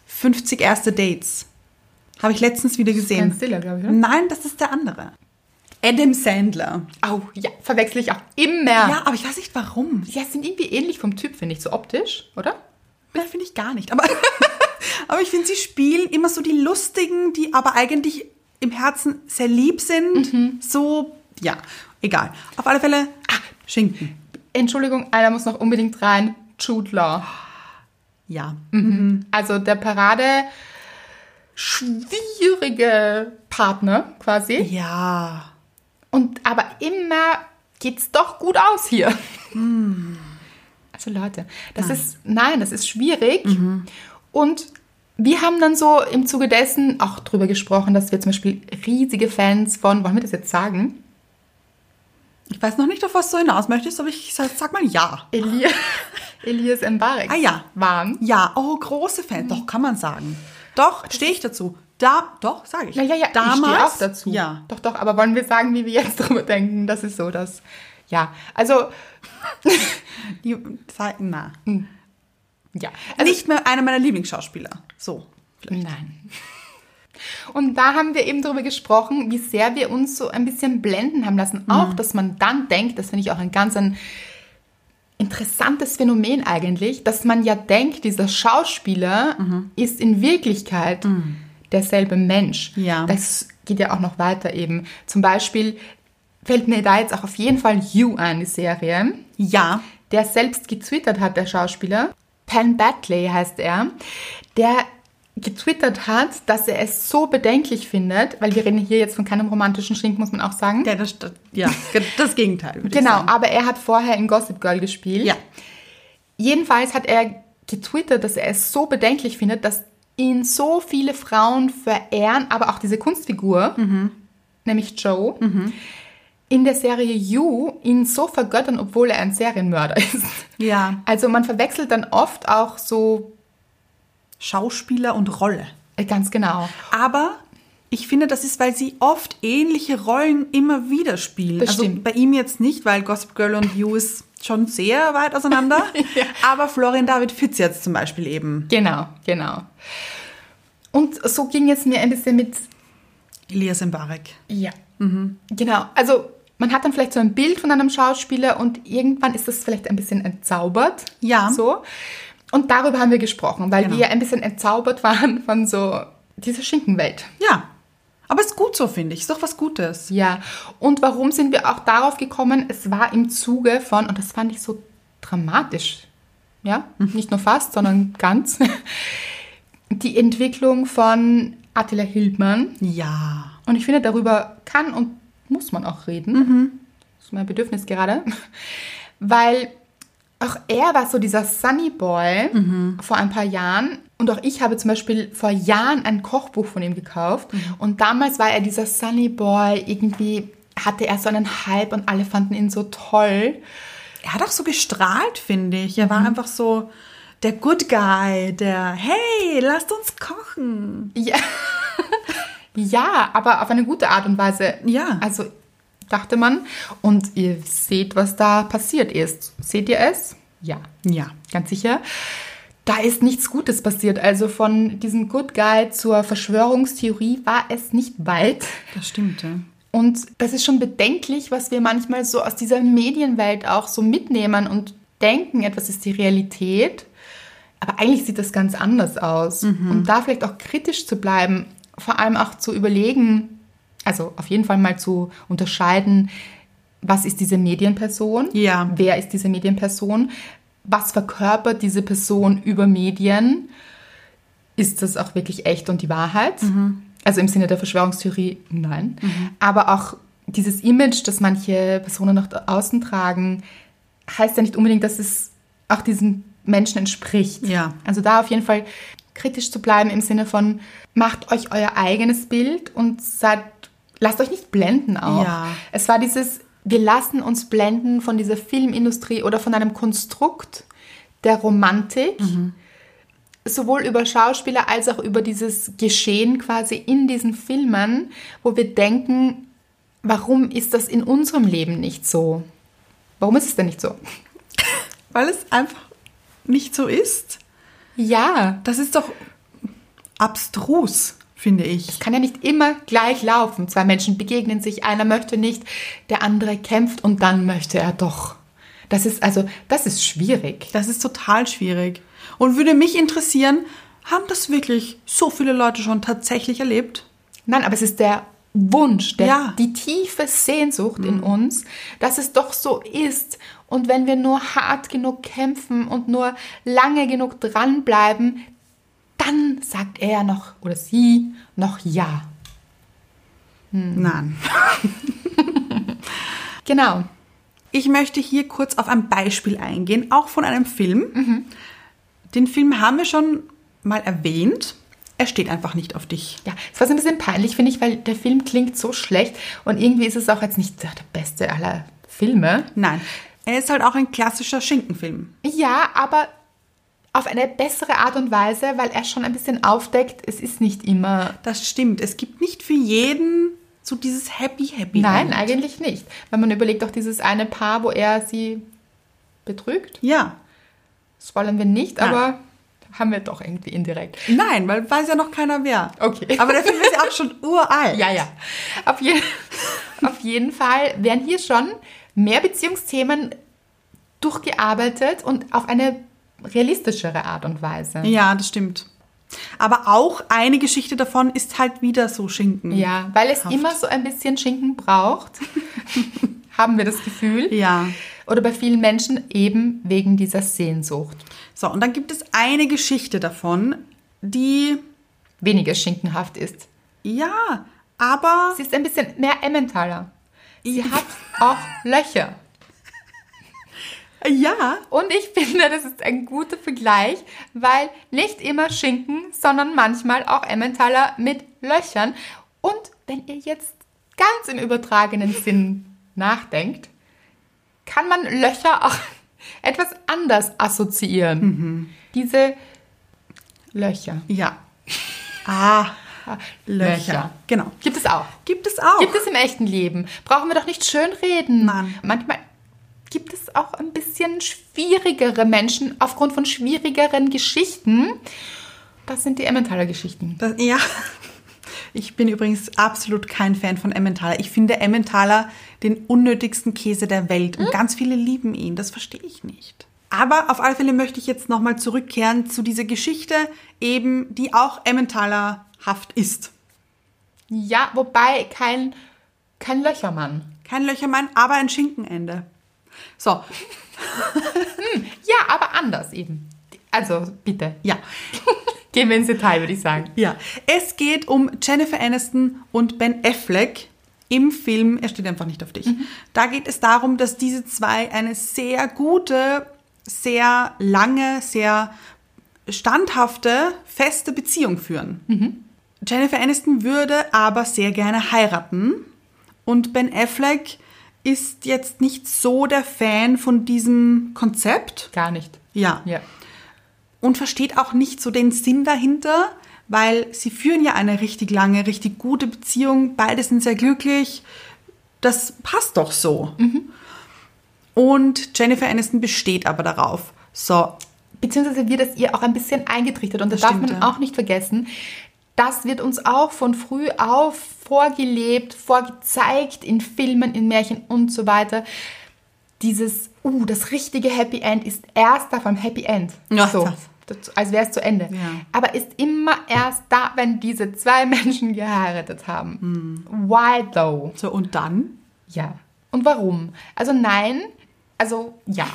Speaker 1: 50 erste Dates. Habe ich letztens wieder gesehen.
Speaker 2: Ben Stiller, glaube ich, oder?
Speaker 1: Nein, das ist der andere. Adam Sandler.
Speaker 2: Au, ja, verwechsel ich auch immer.
Speaker 1: Ja, aber ich weiß nicht warum.
Speaker 2: Ja, sind irgendwie ähnlich vom Typ, finde ich, so optisch, oder?
Speaker 1: Na, finde ich gar nicht. Aber, aber ich finde, sie spielen immer so die Lustigen, die aber eigentlich im Herzen sehr lieb sind.
Speaker 2: Mhm.
Speaker 1: So, ja, egal. Auf alle Fälle, ah, Schinken.
Speaker 2: Entschuldigung, einer muss noch unbedingt rein. Jude Law.
Speaker 1: Ja.
Speaker 2: Also der Parade schwierige Partner quasi.
Speaker 1: Ja.
Speaker 2: Und aber immer geht's doch gut aus hier.
Speaker 1: Hm.
Speaker 2: Also Leute, das ist nein, das ist schwierig.
Speaker 1: Mhm.
Speaker 2: Und wir haben dann so im Zuge dessen auch drüber gesprochen, dass wir zum Beispiel riesige Fans von, wollen wir das jetzt sagen?
Speaker 1: Ich weiß noch nicht, auf was du hinaus möchtest, aber ich sag, sag mal ja.
Speaker 2: Elias, Elias Mbarek
Speaker 1: Ah ja.
Speaker 2: waren.
Speaker 1: Ja, oh, große Fan. Doch, kann man sagen. Doch, stehe ich dazu. Da, doch, sage ich.
Speaker 2: Ja, ja, ja, ich stehe auch dazu.
Speaker 1: Ja.
Speaker 2: Doch, doch, aber wollen wir sagen, wie wir jetzt drüber denken? Das ist so, dass. Ja, also,
Speaker 1: Die, na.
Speaker 2: Mhm. ja. Also,
Speaker 1: Nicht mehr einer meiner Lieblingsschauspieler. So.
Speaker 2: Nein. Und da haben wir eben darüber gesprochen, wie sehr wir uns so ein bisschen blenden haben lassen. Auch, dass man dann denkt, das finde ich auch ein ganz ein interessantes Phänomen eigentlich, dass man ja denkt, dieser Schauspieler ist in Wirklichkeit derselbe Mensch.
Speaker 1: Ja.
Speaker 2: Das geht ja auch noch weiter eben. Zum Beispiel fällt mir da jetzt auch auf jeden Fall You ein, die Serie
Speaker 1: Ja.
Speaker 2: der selbst getwittert hat, der Schauspieler. Penn Batley heißt er, der getwittert hat, dass er es so bedenklich findet, weil wir reden hier jetzt von keinem romantischen Schink, muss man auch sagen.
Speaker 1: Der, das, ja, das Gegenteil. würde ich
Speaker 2: genau,
Speaker 1: sagen.
Speaker 2: aber er hat vorher in Gossip Girl gespielt.
Speaker 1: Ja.
Speaker 2: Jedenfalls hat er getwittert, dass er es so bedenklich findet, dass ihn so viele Frauen verehren, aber auch diese Kunstfigur,
Speaker 1: Mhm.
Speaker 2: nämlich Joe, in der Serie You ihn so vergöttern, obwohl er ein Serienmörder ist.
Speaker 1: Ja.
Speaker 2: Also man verwechselt dann oft auch so
Speaker 1: Schauspieler und Rolle.
Speaker 2: äh, ganz genau.
Speaker 1: Aber ich finde, das ist, weil sie oft ähnliche Rollen immer wieder spielen.
Speaker 2: Das
Speaker 1: also
Speaker 2: stimmt.
Speaker 1: bei ihm jetzt nicht, weil Gossip Girl und You ist schon sehr weit auseinander. Aber Florian David Fitz jetzt zum Beispiel eben.
Speaker 2: Genau, genau. Und so ging es mir ein bisschen mit
Speaker 1: Elias Mbarek.
Speaker 2: Ja.
Speaker 1: Mhm.
Speaker 2: Genau. Also man hat dann vielleicht so ein Bild von einem Schauspieler und irgendwann ist das vielleicht ein bisschen entzaubert.
Speaker 1: Ja.
Speaker 2: So. Und darüber haben wir gesprochen, weil
Speaker 1: Genau.
Speaker 2: wir ein bisschen entzaubert waren von so dieser Schinkenwelt.
Speaker 1: Ja. Aber ist gut so, finde ich. Ist doch was Gutes.
Speaker 2: Ja. Und warum sind wir auch darauf gekommen? Es war im Zuge von, und das fand ich so dramatisch, ja, nicht nur fast, sondern ganz, die Entwicklung von Attila Hildmann.
Speaker 1: Ja.
Speaker 2: Und ich finde, darüber kann und muss man auch reden. Das ist mein Bedürfnis gerade. Weil auch er war so dieser Sunny Boy vor ein paar Jahren. Und auch ich habe zum Beispiel vor Jahren ein Kochbuch von ihm gekauft. Und damals war er dieser Sunny Boy. Irgendwie hatte er so einen Hype und alle fanden ihn so toll.
Speaker 1: Er hat auch so gestrahlt, finde ich. Er war einfach so der Good Guy, der Hey, lasst uns kochen.
Speaker 2: Ja. ja, aber auf eine gute Art und Weise.
Speaker 1: Ja.
Speaker 2: Also dachte man. Und ihr seht, was da passiert ist. Seht ihr es? Ja.
Speaker 1: Ja.
Speaker 2: Ganz sicher. Da ist nichts Gutes passiert. Also von diesem Good Guy zur Verschwörungstheorie war es nicht weit.
Speaker 1: Das stimmt, ja.
Speaker 2: Und das ist schon bedenklich, was wir manchmal so aus dieser Medienwelt auch so mitnehmen und denken, etwas ist die Realität. Aber eigentlich sieht das ganz anders aus. Und da vielleicht auch kritisch zu bleiben, vor allem auch zu überlegen, also auf jeden Fall mal zu unterscheiden, was ist diese Medienperson?
Speaker 1: Ja.
Speaker 2: Wer ist diese Medienperson? Was verkörpert diese Person über Medien? Ist das auch wirklich echt und die Wahrheit? Also im Sinne der Verschwörungstheorie, nein. Aber auch dieses Image, das manche Personen nach außen tragen, heißt ja nicht unbedingt, dass es auch diesen Menschen entspricht.
Speaker 1: Ja.
Speaker 2: Also da auf jeden Fall kritisch zu bleiben im Sinne von, macht euch euer eigenes Bild und seid, lasst euch nicht blenden auch.
Speaker 1: Ja.
Speaker 2: Es war dieses, wir lassen uns blenden von dieser Filmindustrie oder von einem Konstrukt der Romantik, sowohl über Schauspieler als auch über dieses Geschehen quasi in diesen Filmen, wo wir denken, warum ist das in unserem Leben nicht so? Warum ist es denn nicht so?
Speaker 1: Weil es einfach nicht so ist.
Speaker 2: Ja,
Speaker 1: Das ist doch abstrus, finde
Speaker 2: es
Speaker 1: ich.
Speaker 2: kann ja nicht immer gleich laufen. Zwei Menschen begegnen sich, einer möchte nicht, der andere kämpft und dann möchte er doch. Das ist also, das ist schwierig.
Speaker 1: Das ist total schwierig. Und würde mich interessieren, haben das wirklich so viele Leute schon tatsächlich erlebt?
Speaker 2: Nein, aber es ist der Wunsch, der,
Speaker 1: Ja.
Speaker 2: die tiefe Sehnsucht in uns, dass es doch so ist. Und wenn wir nur hart genug kämpfen und nur lange genug dranbleiben, dann sagt er noch oder sie noch Ja.
Speaker 1: Nein.
Speaker 2: Genau.
Speaker 1: Ich möchte hier kurz auf ein Beispiel eingehen, auch von einem Film. Den Film haben wir schon mal erwähnt. Er steht einfach nicht auf dich.
Speaker 2: Ja, es war so ein bisschen peinlich, finde ich, weil der Film klingt so schlecht und irgendwie ist es auch jetzt nicht der beste aller Filme.
Speaker 1: Nein. Er ist halt auch ein klassischer Schinkenfilm.
Speaker 2: Ja, aber auf eine bessere Art und Weise, weil er schon ein bisschen aufdeckt, es ist nicht immer
Speaker 1: Das stimmt. Es gibt nicht für jeden so dieses Happy Happy.
Speaker 2: Nein,
Speaker 1: Land.
Speaker 2: eigentlich nicht. Wenn man überlegt, auch dieses eine Paar, wo er sie betrügt,
Speaker 1: Ja.
Speaker 2: das wollen wir nicht,
Speaker 1: Nein.
Speaker 2: aber haben wir doch irgendwie indirekt.
Speaker 1: Nein, weil weiß ja noch keiner wer.
Speaker 2: Okay.
Speaker 1: Aber der Film ist ja auch schon uralt.
Speaker 2: Ja, ja. Auf, je auf jeden Fall werden hier schon mehr Beziehungsthemen durchgearbeitet und auf eine realistischere Art und Weise.
Speaker 1: Ja, das stimmt. Aber auch eine Geschichte davon ist halt wieder so Schinken.
Speaker 2: Ja, weil es
Speaker 1: Haft.
Speaker 2: immer so ein bisschen Schinken braucht, haben wir das Gefühl.
Speaker 1: Ja.
Speaker 2: Oder bei vielen Menschen eben wegen dieser Sehnsucht.
Speaker 1: So, und dann gibt es eine Geschichte davon, die,
Speaker 2: Weniger schinkenhaft ist.
Speaker 1: ja, aber
Speaker 2: Sie ist ein bisschen mehr Emmentaler. Sie hat auch Löcher.
Speaker 1: ja,
Speaker 2: Und ich finde, das ist ein guter Vergleich, weil nicht immer Schinken, sondern manchmal auch Emmentaler mit Löchern. Und wenn ihr jetzt ganz im übertragenen Sinn nachdenkt, kann man Löcher auch etwas anders assoziieren. Diese Löcher.
Speaker 1: ja. Ah, Löcher. Genau.
Speaker 2: Gibt es auch.
Speaker 1: Gibt es auch.
Speaker 2: Gibt es im echten Leben. Brauchen wir doch nicht schönreden.
Speaker 1: Nein.
Speaker 2: Manchmal gibt es auch ein bisschen schwierigere Menschen aufgrund von schwierigeren Geschichten. Das sind die Emmentaler Geschichten.
Speaker 1: das, ja. Ich bin übrigens absolut kein Fan von Emmentaler. Ich finde Emmentaler den unnötigsten Käse der Welt und ganz viele lieben ihn. Das verstehe ich nicht. Aber auf alle Fälle möchte ich jetzt nochmal zurückkehren zu dieser Geschichte, eben die auch Emmentalerhaft ist.
Speaker 2: Ja, wobei kein, kein Löchermann.
Speaker 1: Kein Löchermann, aber ein Schinkenende. So,
Speaker 2: Ja, aber anders eben. Also bitte.
Speaker 1: ja.
Speaker 2: Gehen wir ins Detail, würde ich sagen.
Speaker 1: Ja. Es geht um Jennifer Aniston und Ben Affleck im Film Er steht einfach nicht auf dich. Da geht es darum, dass diese zwei eine sehr gute, sehr lange, sehr standhafte, feste Beziehung führen. Jennifer Aniston würde aber sehr gerne heiraten und Ben Affleck ist jetzt nicht so der Fan von diesem Konzept.
Speaker 2: Gar nicht.
Speaker 1: Ja.
Speaker 2: Ja.
Speaker 1: und versteht auch nicht so den Sinn dahinter, weil sie führen ja eine richtig lange, richtig gute Beziehung, beide sind sehr glücklich. Das passt doch so.
Speaker 2: Mhm.
Speaker 1: Und Jennifer Aniston besteht aber darauf. So,
Speaker 2: Beziehungsweise wird es ihr auch ein bisschen eingetrichtert und das,
Speaker 1: Das
Speaker 2: darf
Speaker 1: stimmt,
Speaker 2: man
Speaker 1: ja.
Speaker 2: auch nicht vergessen. Das wird uns auch von früh auf vorgelebt, vorgezeigt in Filmen, in Märchen und so weiter. Dieses, uh, das richtige Happy End ist erst da vom Happy End.
Speaker 1: Ja,
Speaker 2: so,
Speaker 1: das.
Speaker 2: das, als wäre es zu Ende.
Speaker 1: Ja.
Speaker 2: Aber ist immer erst da, wenn diese zwei Menschen geheiratet haben.
Speaker 1: Hm.
Speaker 2: Why though?
Speaker 1: so und dann?
Speaker 2: Ja. Und warum? Also nein, also ja.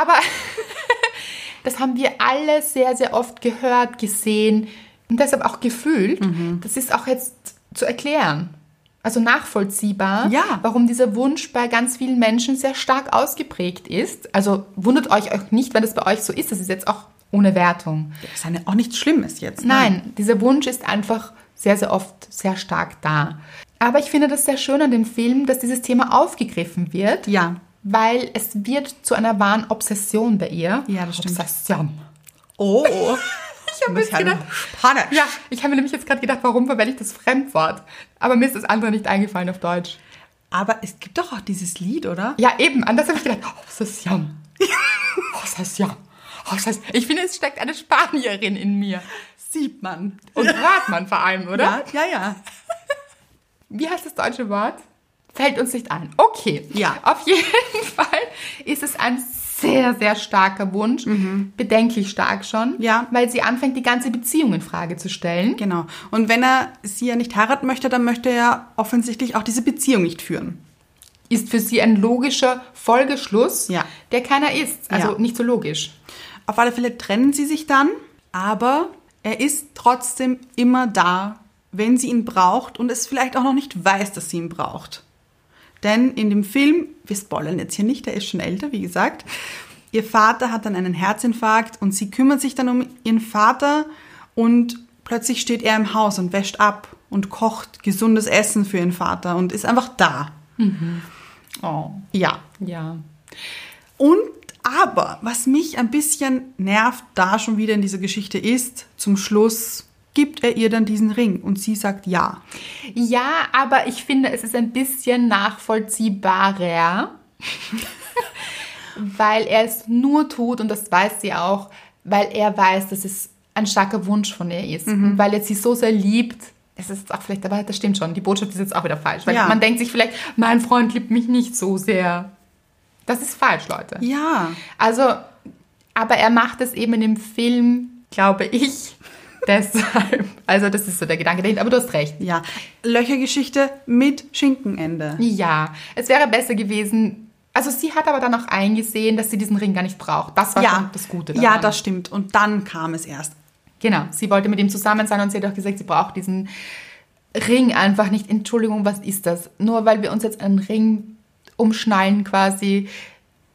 Speaker 2: Aber das haben wir alle sehr, sehr oft gehört, gesehen und deshalb auch gefühlt. Das ist auch jetzt zu erklären. Also nachvollziehbar,
Speaker 1: Ja.
Speaker 2: warum dieser Wunsch bei ganz vielen Menschen sehr stark ausgeprägt ist. Also wundert euch auch nicht, wenn das bei euch so ist. Das ist jetzt auch ohne Wertung.
Speaker 1: Das ist eine, auch nichts Schlimmes jetzt. ne?
Speaker 2: Nein, dieser Wunsch ist einfach sehr, sehr oft sehr stark da. Aber ich finde das sehr schön an dem Film, dass dieses Thema aufgegriffen wird.
Speaker 1: Ja.
Speaker 2: Weil es wird zu einer wahren Obsession bei ihr.
Speaker 1: Ja, das stimmt.
Speaker 2: Obsession.
Speaker 1: Oh. ich habe
Speaker 2: jetzt gedacht-
Speaker 1: Spanisch.
Speaker 2: Ja, ich habe mir nämlich jetzt gerade gedacht, warum verwende ich das Fremdwort? Aber mir ist das andere nicht eingefallen auf Deutsch.
Speaker 1: Aber es gibt doch auch dieses Lied, oder?
Speaker 2: Ja, eben, anders habe ich gedacht, Obsession. Obsession. Obsession. Ich finde, es steckt eine Spanierin in mir.
Speaker 1: Sieht man.
Speaker 2: Und hört man vor allem, oder?
Speaker 1: Ja, ja, ja.
Speaker 2: Wie heißt das deutsche Wort? Fällt uns nicht ein. Okay.
Speaker 1: Ja.
Speaker 2: Auf jeden Fall ist es ein sehr, sehr starker Wunsch. Bedenklich stark schon.
Speaker 1: Mhm. Ja.
Speaker 2: Weil sie anfängt, die ganze Beziehung in Frage zu stellen.
Speaker 1: Genau. Und wenn er sie ja nicht heiraten möchte, dann möchte er ja offensichtlich auch diese Beziehung nicht führen.
Speaker 2: Ist für sie ein logischer Folgeschluss,
Speaker 1: Ja.
Speaker 2: der keiner ist. Also
Speaker 1: Ja.
Speaker 2: nicht so logisch.
Speaker 1: Auf alle Fälle trennen sie sich dann, aber er ist trotzdem immer da, wenn sie ihn braucht und es vielleicht auch noch nicht weiß, dass sie ihn braucht. Denn in dem Film, wir spoilern jetzt hier nicht, der ist schon älter, wie gesagt, ihr Vater hat dann einen Herzinfarkt und sie kümmert sich dann um ihren Vater und plötzlich steht er im Haus und wäscht ab und kocht gesundes Essen für ihren Vater und ist einfach da.
Speaker 2: Oh,
Speaker 1: Ja.
Speaker 2: ja.
Speaker 1: Und aber, was mich ein bisschen nervt, da schon wieder in dieser Geschichte ist, zum Schluss gibt er ihr dann diesen Ring und sie sagt ja.
Speaker 2: Ja, aber ich finde, es ist ein bisschen nachvollziehbarer, weil er es nur tut und das weiß sie auch, weil er weiß, dass es ein starker Wunsch von ihr ist
Speaker 1: Mhm.
Speaker 2: und weil er sie so sehr liebt. Es ist auch vielleicht, aber das stimmt schon, die Botschaft ist jetzt auch wieder falsch, weil
Speaker 1: Ja.
Speaker 2: man denkt sich vielleicht, mein Freund liebt mich nicht so sehr. Das ist falsch, Leute.
Speaker 1: Ja.
Speaker 2: Also, aber er macht es eben in dem Film, glaube ich, deshalb. Also, das ist so der Gedanke dahinter, aber du hast recht.
Speaker 1: Ja. Löchergeschichte mit Schinkenende.
Speaker 2: Ja, es wäre besser gewesen. Also sie hat aber dann auch eingesehen, dass sie diesen Ring gar nicht braucht. Das war schon das Gute daran.
Speaker 1: Ja, das stimmt. Und dann kam es erst.
Speaker 2: Genau, sie wollte mit ihm zusammen sein und sie hat auch gesagt, sie braucht diesen Ring einfach nicht. Entschuldigung, was ist das? Nur weil wir uns jetzt einen Ring umschnallen quasi,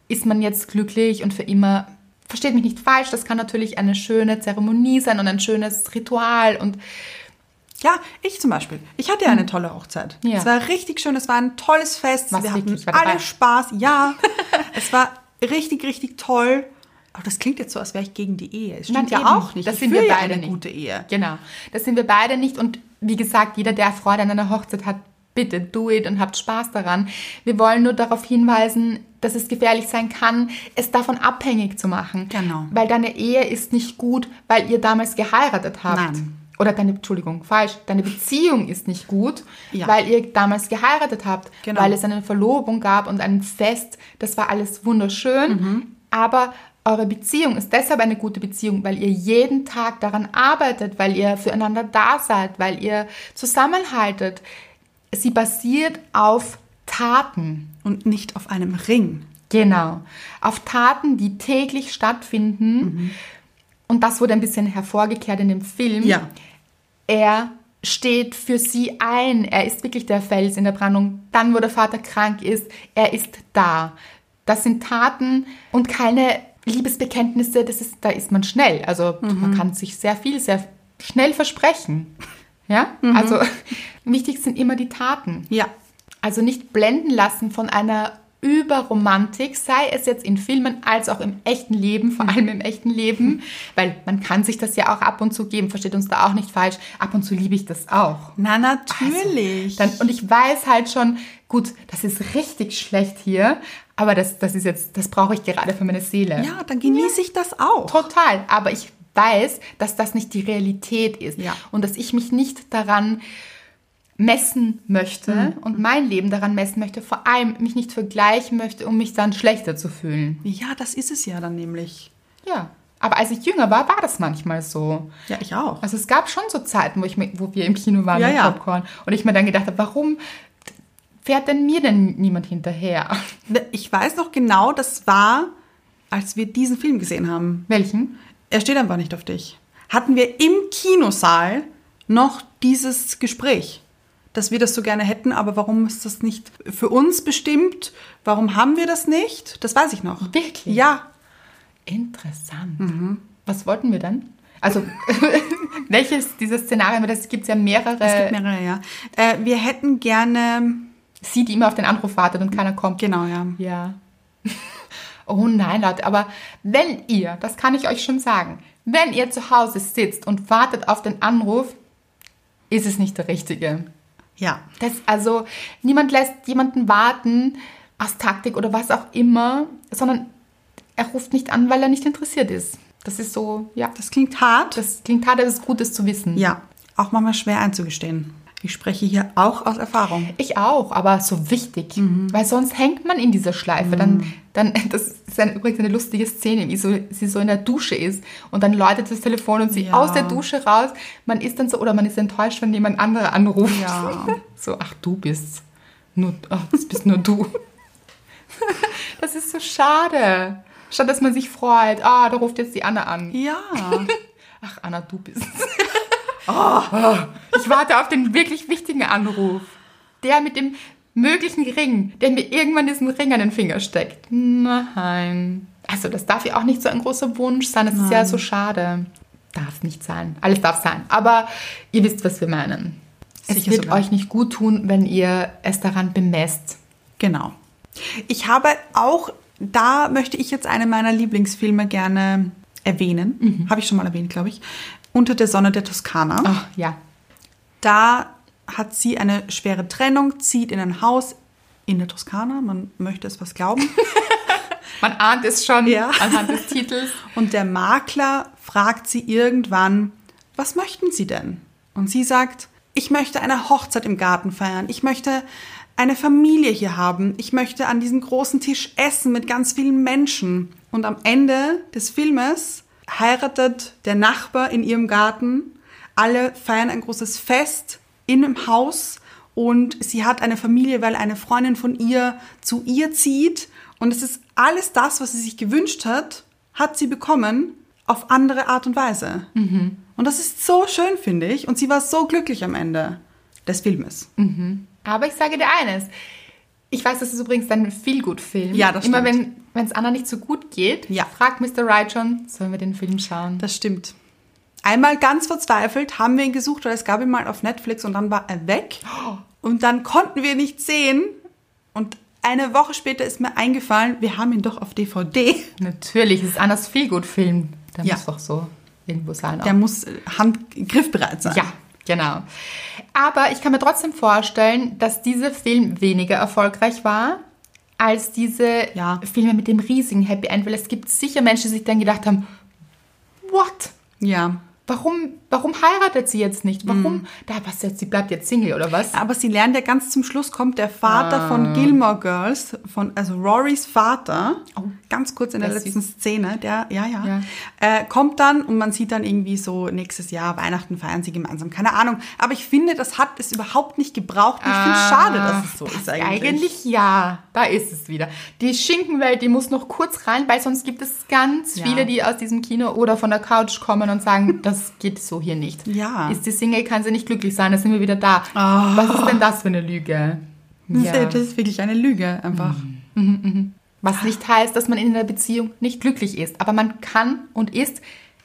Speaker 2: ist man jetzt glücklich und für immer. Versteht mich nicht falsch, das kann natürlich eine schöne Zeremonie sein und ein schönes Ritual und
Speaker 1: Ja, ich zum Beispiel. Ich hatte ja eine tolle Hochzeit.
Speaker 2: Hm. Ja.
Speaker 1: Es war richtig schön, es war ein tolles Fest.
Speaker 2: Warst
Speaker 1: Wir hatten
Speaker 2: wirklich? War dabei?
Speaker 1: alle Spaß. Ja, es war richtig, richtig toll. Aber das klingt jetzt so, als wäre ich gegen die Ehe. Es
Speaker 2: Nein,
Speaker 1: stimmt
Speaker 2: eben.
Speaker 1: ja auch nicht.
Speaker 2: Das
Speaker 1: ich
Speaker 2: sind wir
Speaker 1: will ja
Speaker 2: beide
Speaker 1: eine
Speaker 2: nicht.
Speaker 1: gute Ehe.
Speaker 2: Genau. Das sind wir beide nicht. Und wie gesagt, jeder, der Freude an einer Hochzeit hat, bitte do it und habt Spaß daran. Wir wollen nur darauf hinweisen, dass es gefährlich sein kann, es davon abhängig zu machen.
Speaker 1: Genau.
Speaker 2: Weil deine Ehe ist nicht gut, weil ihr damals geheiratet habt.
Speaker 1: Nein.
Speaker 2: Oder deine, Entschuldigung, falsch, deine Beziehung ist nicht gut,
Speaker 1: Ja.
Speaker 2: weil ihr damals geheiratet habt,
Speaker 1: Genau.
Speaker 2: weil es eine Verlobung gab und ein Fest. Das war alles wunderschön, aber eure Beziehung ist deshalb eine gute Beziehung, weil ihr jeden Tag daran arbeitet, weil ihr füreinander da seid, weil ihr zusammenhaltet. Sie basiert auf Taten.
Speaker 1: Und nicht auf einem Ring.
Speaker 2: Genau. Auf Taten, die täglich stattfinden. Und das wurde ein bisschen hervorgekehrt in dem Film er steht für sie ein. Er ist wirklich der Fels in der Brandung. Dann, wo der Vater krank ist, er ist da. Das sind Taten und keine Liebesbekenntnisse. Das ist, da ist man schnell. Also man kann sich sehr viel, sehr schnell versprechen. Ja, also wichtig sind immer die Taten.
Speaker 1: Ja.
Speaker 2: Also nicht blenden lassen von einer Überromantik, sei es jetzt in Filmen als auch im echten Leben, vor allem im echten Leben, weil man kann sich das ja auch ab und zu geben, versteht uns da auch nicht falsch. Ab und zu liebe ich das auch.
Speaker 1: Na, natürlich.
Speaker 2: Dann, und ich weiß halt schon, gut, das ist richtig schlecht hier, aber das, das ist jetzt, das brauche ich gerade für meine Seele.
Speaker 1: ja, dann genieße ich das auch.
Speaker 2: Total, aber ich weiß, dass das nicht die Realität ist
Speaker 1: Ja.
Speaker 2: und dass ich mich nicht daran messen möchte
Speaker 1: Mhm.
Speaker 2: und mein Leben daran messen möchte, vor allem mich nicht vergleichen möchte, um mich dann schlechter zu fühlen.
Speaker 1: Ja, das ist es ja dann nämlich.
Speaker 2: Ja, aber als ich jünger war, war das manchmal so.
Speaker 1: Ja, ich auch.
Speaker 2: Also es gab schon so Zeiten, wo, ich, mir- wo wir im Kino waren
Speaker 1: Ja,
Speaker 2: mit
Speaker 1: ja.
Speaker 2: Popcorn und ich mir dann gedacht habe, warum fährt denn mir denn niemand hinterher?
Speaker 1: Ne, Ich weiß noch genau, das war, als wir diesen Film gesehen haben.
Speaker 2: Welchen?
Speaker 1: Er steht einfach nicht auf dich. Hatten wir im Kinosaal noch dieses Gespräch, dass wir das so gerne hätten, aber warum ist das nicht für uns bestimmt? Warum haben wir das nicht? Das weiß ich noch.
Speaker 2: Wirklich?
Speaker 1: Ja.
Speaker 2: Interessant. Was wollten wir dann? Mhm. Also, welches dieser Szenarien? Weil Das gibt es ja mehrere.
Speaker 1: Es gibt mehrere, ja. Äh, wir hätten gerne.
Speaker 2: Sie, die immer auf den Anruf wartet und keiner kommt.
Speaker 1: Genau, ja.
Speaker 2: Ja. oh nein, Leute, aber wenn ihr, das kann ich euch schon sagen, wenn ihr zu Hause sitzt und wartet auf den Anruf, ist es nicht der richtige.
Speaker 1: Ja.
Speaker 2: Das, also, niemand lässt jemanden warten aus Taktik oder was auch immer, sondern er ruft nicht an, weil er nicht interessiert ist. Das ist so, ja.
Speaker 1: Das klingt hart.
Speaker 2: Das klingt hart, aber es ist gut, das zu wissen.
Speaker 1: ja. Auch manchmal schwer einzugestehen. Ich spreche hier auch aus Erfahrung.
Speaker 2: Ich auch, aber so wichtig,
Speaker 1: Mhm.
Speaker 2: weil sonst hängt man in dieser Schleife. Dann, dann, das ist eine, übrigens eine lustige Szene, wie so, sie so in der Dusche ist und dann läutet das Telefon und sie
Speaker 1: Ja.
Speaker 2: aus der Dusche raus. Man ist dann so, oder man ist enttäuscht, wenn jemand anderer anruft.
Speaker 1: Ja.
Speaker 2: So, ach, du bist nur, ach, das bist nur du. das ist so schade. Statt dass man sich freut, ah, da ruft jetzt die Anna an.
Speaker 1: Ja.
Speaker 2: Ach, Anna, du bist. Ah. Ich warte auf den wirklich wichtigen Anruf. Der mit dem möglichen Ring, der mir irgendwann diesen Ring an den Finger steckt. Nein. Also, das darf ja auch nicht so ein großer Wunsch sein. Das ist ja so schade. Darf nicht sein. Alles darf sein. Aber ihr wisst, was wir meinen. Es
Speaker 1: Sicher
Speaker 2: wird
Speaker 1: sogar.
Speaker 2: euch nicht gut tun, wenn ihr es daran bemesst.
Speaker 1: genau. Ich habe auch, da möchte ich jetzt einen meiner Lieblingsfilme gerne erwähnen. Habe ich schon mal erwähnt, glaube ich. Unter der Sonne der Toskana.
Speaker 2: Mhm. Ach, Ah, ja.
Speaker 1: Da hat sie eine schwere Trennung, zieht in ein Haus in der Toskana. Man möchte es was glauben.
Speaker 2: Man ahnt es schon
Speaker 1: Ja.
Speaker 2: anhand des Titels.
Speaker 1: Und der Makler fragt sie irgendwann, was möchten Sie denn? Und sie sagt, ich möchte eine Hochzeit im Garten feiern, ich möchte eine Familie hier haben, ich möchte an diesem großen Tisch essen mit ganz vielen Menschen. Und am Ende des Filmes heiratet der Nachbar in ihrem Garten, alle feiern ein großes Fest in einem Haus und sie hat eine Familie, weil eine Freundin von ihr zu ihr zieht. Und es ist alles das, was sie sich gewünscht hat, hat sie bekommen auf andere Art und Weise. Und das ist so schön, finde ich. Und sie war so glücklich am Ende des Filmes.
Speaker 2: Aber ich sage dir eines. Ich weiß, das ist übrigens dein Feelgood-Film.
Speaker 1: Ja, das
Speaker 2: Immer
Speaker 1: stimmt.
Speaker 2: wenn es Anna nicht so gut geht,
Speaker 1: Ja.
Speaker 2: fragt Mr. Wright schon, sollen wir den Film schauen?
Speaker 1: Das stimmt. Einmal ganz verzweifelt haben wir ihn gesucht, weil es gab ihn mal auf Netflix und dann war er weg. Und dann konnten wir ihn nicht sehen. Und eine Woche später ist mir eingefallen, wir haben ihn doch auf DVD.
Speaker 2: Natürlich, es ist Annas Feelgood-Film. Der
Speaker 1: Ja.
Speaker 2: muss doch so irgendwo sein.
Speaker 1: Der muss äh, hand griffbereit sein.
Speaker 2: Ja, genau. Aber ich kann mir trotzdem vorstellen, dass dieser Film weniger erfolgreich war als diese
Speaker 1: Ja.
Speaker 2: Filme mit dem riesigen Happy End, weil es gibt sicher Menschen, die sich dann gedacht haben, what?
Speaker 1: Ja.
Speaker 2: Warum, warum heiratet sie jetzt nicht? Warum? Da was jetzt, sie bleibt jetzt Single oder was?
Speaker 1: Aber sie lernt Hm. ja ganz zum Schluss, kommt der Vater von Gilmore Girls, von, also Rorys Vater, ganz kurz in der
Speaker 2: der ist
Speaker 1: letzten Szene, der, ja, Oh, ja,
Speaker 2: Ja.
Speaker 1: Äh, kommt dann und man sieht dann irgendwie so, nächstes Jahr Weihnachten feiern sie gemeinsam, keine Ahnung. Aber ich finde, das hat es überhaupt nicht gebraucht. Und ich finde es schade, dass es so ist Ah, eigentlich.
Speaker 2: Eigentlich ja, da ist es wieder. Die Schinkenwelt, die muss noch kurz rein, weil sonst gibt es ganz
Speaker 1: Ja.
Speaker 2: viele, die aus diesem Kino oder von der Couch kommen und sagen, das geht so hier nicht.
Speaker 1: Ja. Ah.
Speaker 2: Ist die Single, kann sie nicht glücklich sein, da sind wir wieder da. Was ist denn das für eine Lüge?
Speaker 1: Das,
Speaker 2: Ja.
Speaker 1: ist, das ist wirklich eine Lüge, einfach.
Speaker 2: Was nicht heißt, dass man in einer Beziehung nicht glücklich ist, aber man kann und ist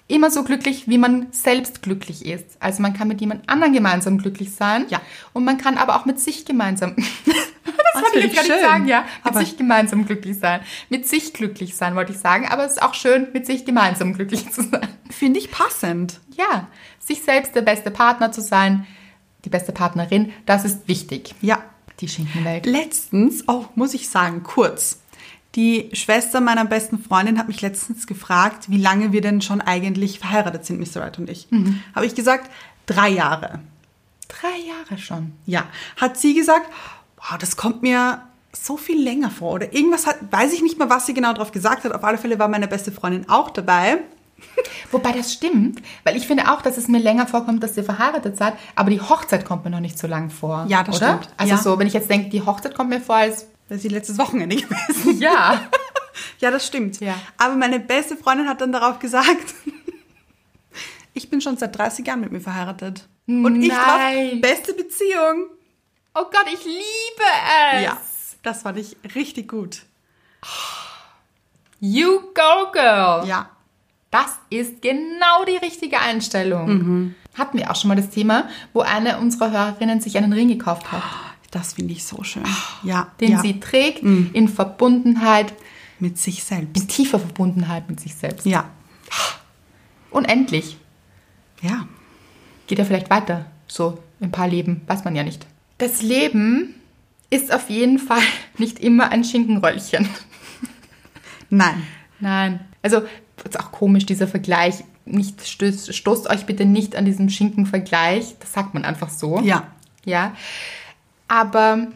Speaker 2: immer so glücklich, wie man selbst glücklich ist. Also man kann mit jemand anderem gemeinsam glücklich sein.
Speaker 1: Ja. Ah,
Speaker 2: Und man kann aber auch mit sich gemeinsam. das wollte ich
Speaker 1: finde
Speaker 2: jetzt
Speaker 1: ich
Speaker 2: gar nicht
Speaker 1: schön.
Speaker 2: sagen, ja. Mit
Speaker 1: Aber-
Speaker 2: sich gemeinsam glücklich sein. Mit sich glücklich sein, wollte ich sagen. Aber es ist auch schön, mit sich gemeinsam glücklich zu sein.
Speaker 1: Finde ich passend.
Speaker 2: Ja. Sich selbst der beste Partner zu sein, die beste Partnerin, das ist wichtig.
Speaker 1: Ja.
Speaker 2: Die Schinkenwelt.
Speaker 1: Letztens, oh, muss ich sagen, kurz. Die Schwester meiner besten Freundin hat mich letztens gefragt, wie lange wir denn schon eigentlich verheiratet sind, Mr. Wright und ich. Habe ich gesagt, drei Jahre.
Speaker 2: Drei Jahre schon.
Speaker 1: Ja. Hat sie gesagt, wow, das kommt mir so viel länger vor. Oder irgendwas hat, weiß ich nicht mehr, was sie genau drauf gesagt hat. Auf alle Fälle war meine beste Freundin auch dabei.
Speaker 2: Wobei das stimmt, weil ich finde auch, dass es mir länger vorkommt, dass ihr verheiratet seid, aber die Hochzeit kommt mir noch nicht so lang vor.
Speaker 1: Ja, das
Speaker 2: oder?
Speaker 1: stimmt.
Speaker 2: Also
Speaker 1: Ja.
Speaker 2: so, wenn ich jetzt denke, die Hochzeit kommt mir vor als
Speaker 1: Das ist ihr letztes Wochenende gewesen.
Speaker 2: ja.
Speaker 1: Ja, das stimmt.
Speaker 2: Ja.
Speaker 1: Aber meine beste Freundin hat dann darauf gesagt, ich bin schon seit 30 Jahren mit mir verheiratet. Und ich drauf,
Speaker 2: Nein.
Speaker 1: beste Beziehung.
Speaker 2: oh Gott, ich liebe es.
Speaker 1: Ja, das fand ich richtig gut.
Speaker 2: You go girl.
Speaker 1: Ja.
Speaker 2: Das ist genau die richtige Einstellung.
Speaker 1: Mhm.
Speaker 2: Hatten wir auch schon mal das Thema, wo eine unserer Hörerinnen sich einen Ring gekauft hat,
Speaker 1: Das finde ich so schön. Ja,
Speaker 2: den
Speaker 1: ja. Mhm.
Speaker 2: sie trägt in Verbundenheit,
Speaker 1: mit sich selbst.
Speaker 2: in tiefer Verbundenheit mit sich selbst.
Speaker 1: Ja,
Speaker 2: Unendlich.
Speaker 1: ja.
Speaker 2: geht er vielleicht weiter. So ein paar Leben, weiß man ja nicht. Das Leben ist auf jeden Fall nicht immer ein Schinkenröllchen.
Speaker 1: Nein.
Speaker 2: Nein. Also, ist auch komisch, dieser Vergleich. Nicht stößt, stoßt euch bitte nicht an diesem Schinkenvergleich. Das sagt man einfach so.
Speaker 1: Ja.
Speaker 2: Ja. Aber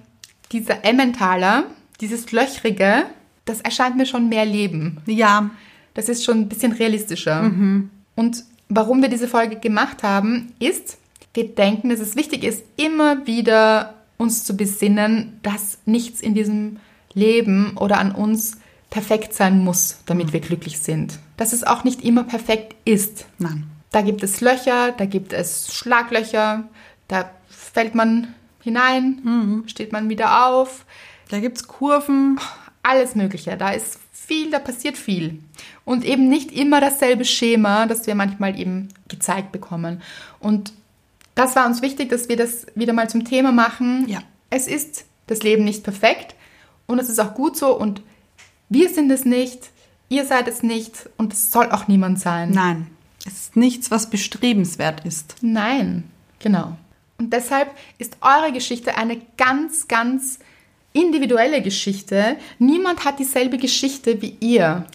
Speaker 2: dieser Emmentaler, dieses Löchrige, das erscheint mir schon mehr Leben.
Speaker 1: Ja,
Speaker 2: Das ist schon ein bisschen realistischer. Und warum wir diese Folge gemacht haben, ist, wir denken, dass es wichtig ist, immer wieder uns zu besinnen, dass nichts in diesem Leben oder an uns perfekt sein muss, damit wir glücklich sind. Dass es auch nicht immer perfekt ist.
Speaker 1: nein.
Speaker 2: Da gibt es Löcher, da gibt es Schlaglöcher, da fällt man hinein, steht man wieder auf
Speaker 1: Da gibt es Kurven.
Speaker 2: alles Mögliche. Da ist viel, da passiert viel. Und eben nicht immer dasselbe Schema, das wir manchmal eben gezeigt bekommen. Und das war uns wichtig, dass wir das wieder mal zum Thema machen.
Speaker 1: Ja.
Speaker 2: Es ist das Leben nicht perfekt Und es ist auch gut so und wir sind es nicht, ihr seid es nicht und es soll auch niemand sein.
Speaker 1: Nein, es ist nichts, was bestrebenswert ist.
Speaker 2: Nein, genau. Und deshalb ist eure Geschichte eine ganz, ganz individuelle Geschichte. Niemand hat dieselbe Geschichte wie ihr.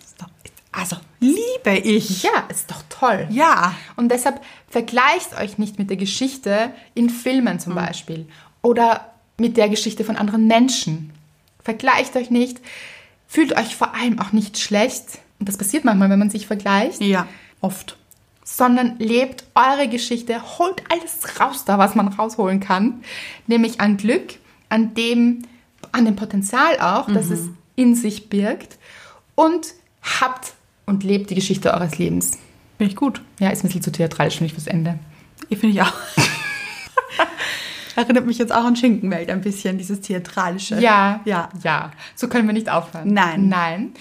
Speaker 1: Also, liebe ich.
Speaker 2: Ja, ist doch toll.
Speaker 1: Ja.
Speaker 2: Und deshalb vergleicht euch nicht mit der Geschichte in Filmen zum Beispiel oder mit der Geschichte von anderen Menschen. Vergleicht euch nicht. Fühlt euch vor allem auch nicht schlecht. Und das passiert manchmal, wenn man sich vergleicht.
Speaker 1: Ja, oft.
Speaker 2: Sondern lebt eure Geschichte, holt alles raus da, was man rausholen kann. Nämlich an Glück, an dem, an dem Potenzial auch, das es in sich birgt. Und habt und lebt die Geschichte eures Lebens.
Speaker 1: Finde ich gut.
Speaker 2: Ja, ist ein bisschen zu theatralisch, finde ich, fürs Ende.
Speaker 1: Ich finde ich auch. Erinnert mich jetzt auch an Schinkenwelt ein bisschen, dieses theatralische.
Speaker 2: Ja,
Speaker 1: Ja.
Speaker 2: ja. So können wir nicht aufhören.
Speaker 1: Nein.
Speaker 2: Nein.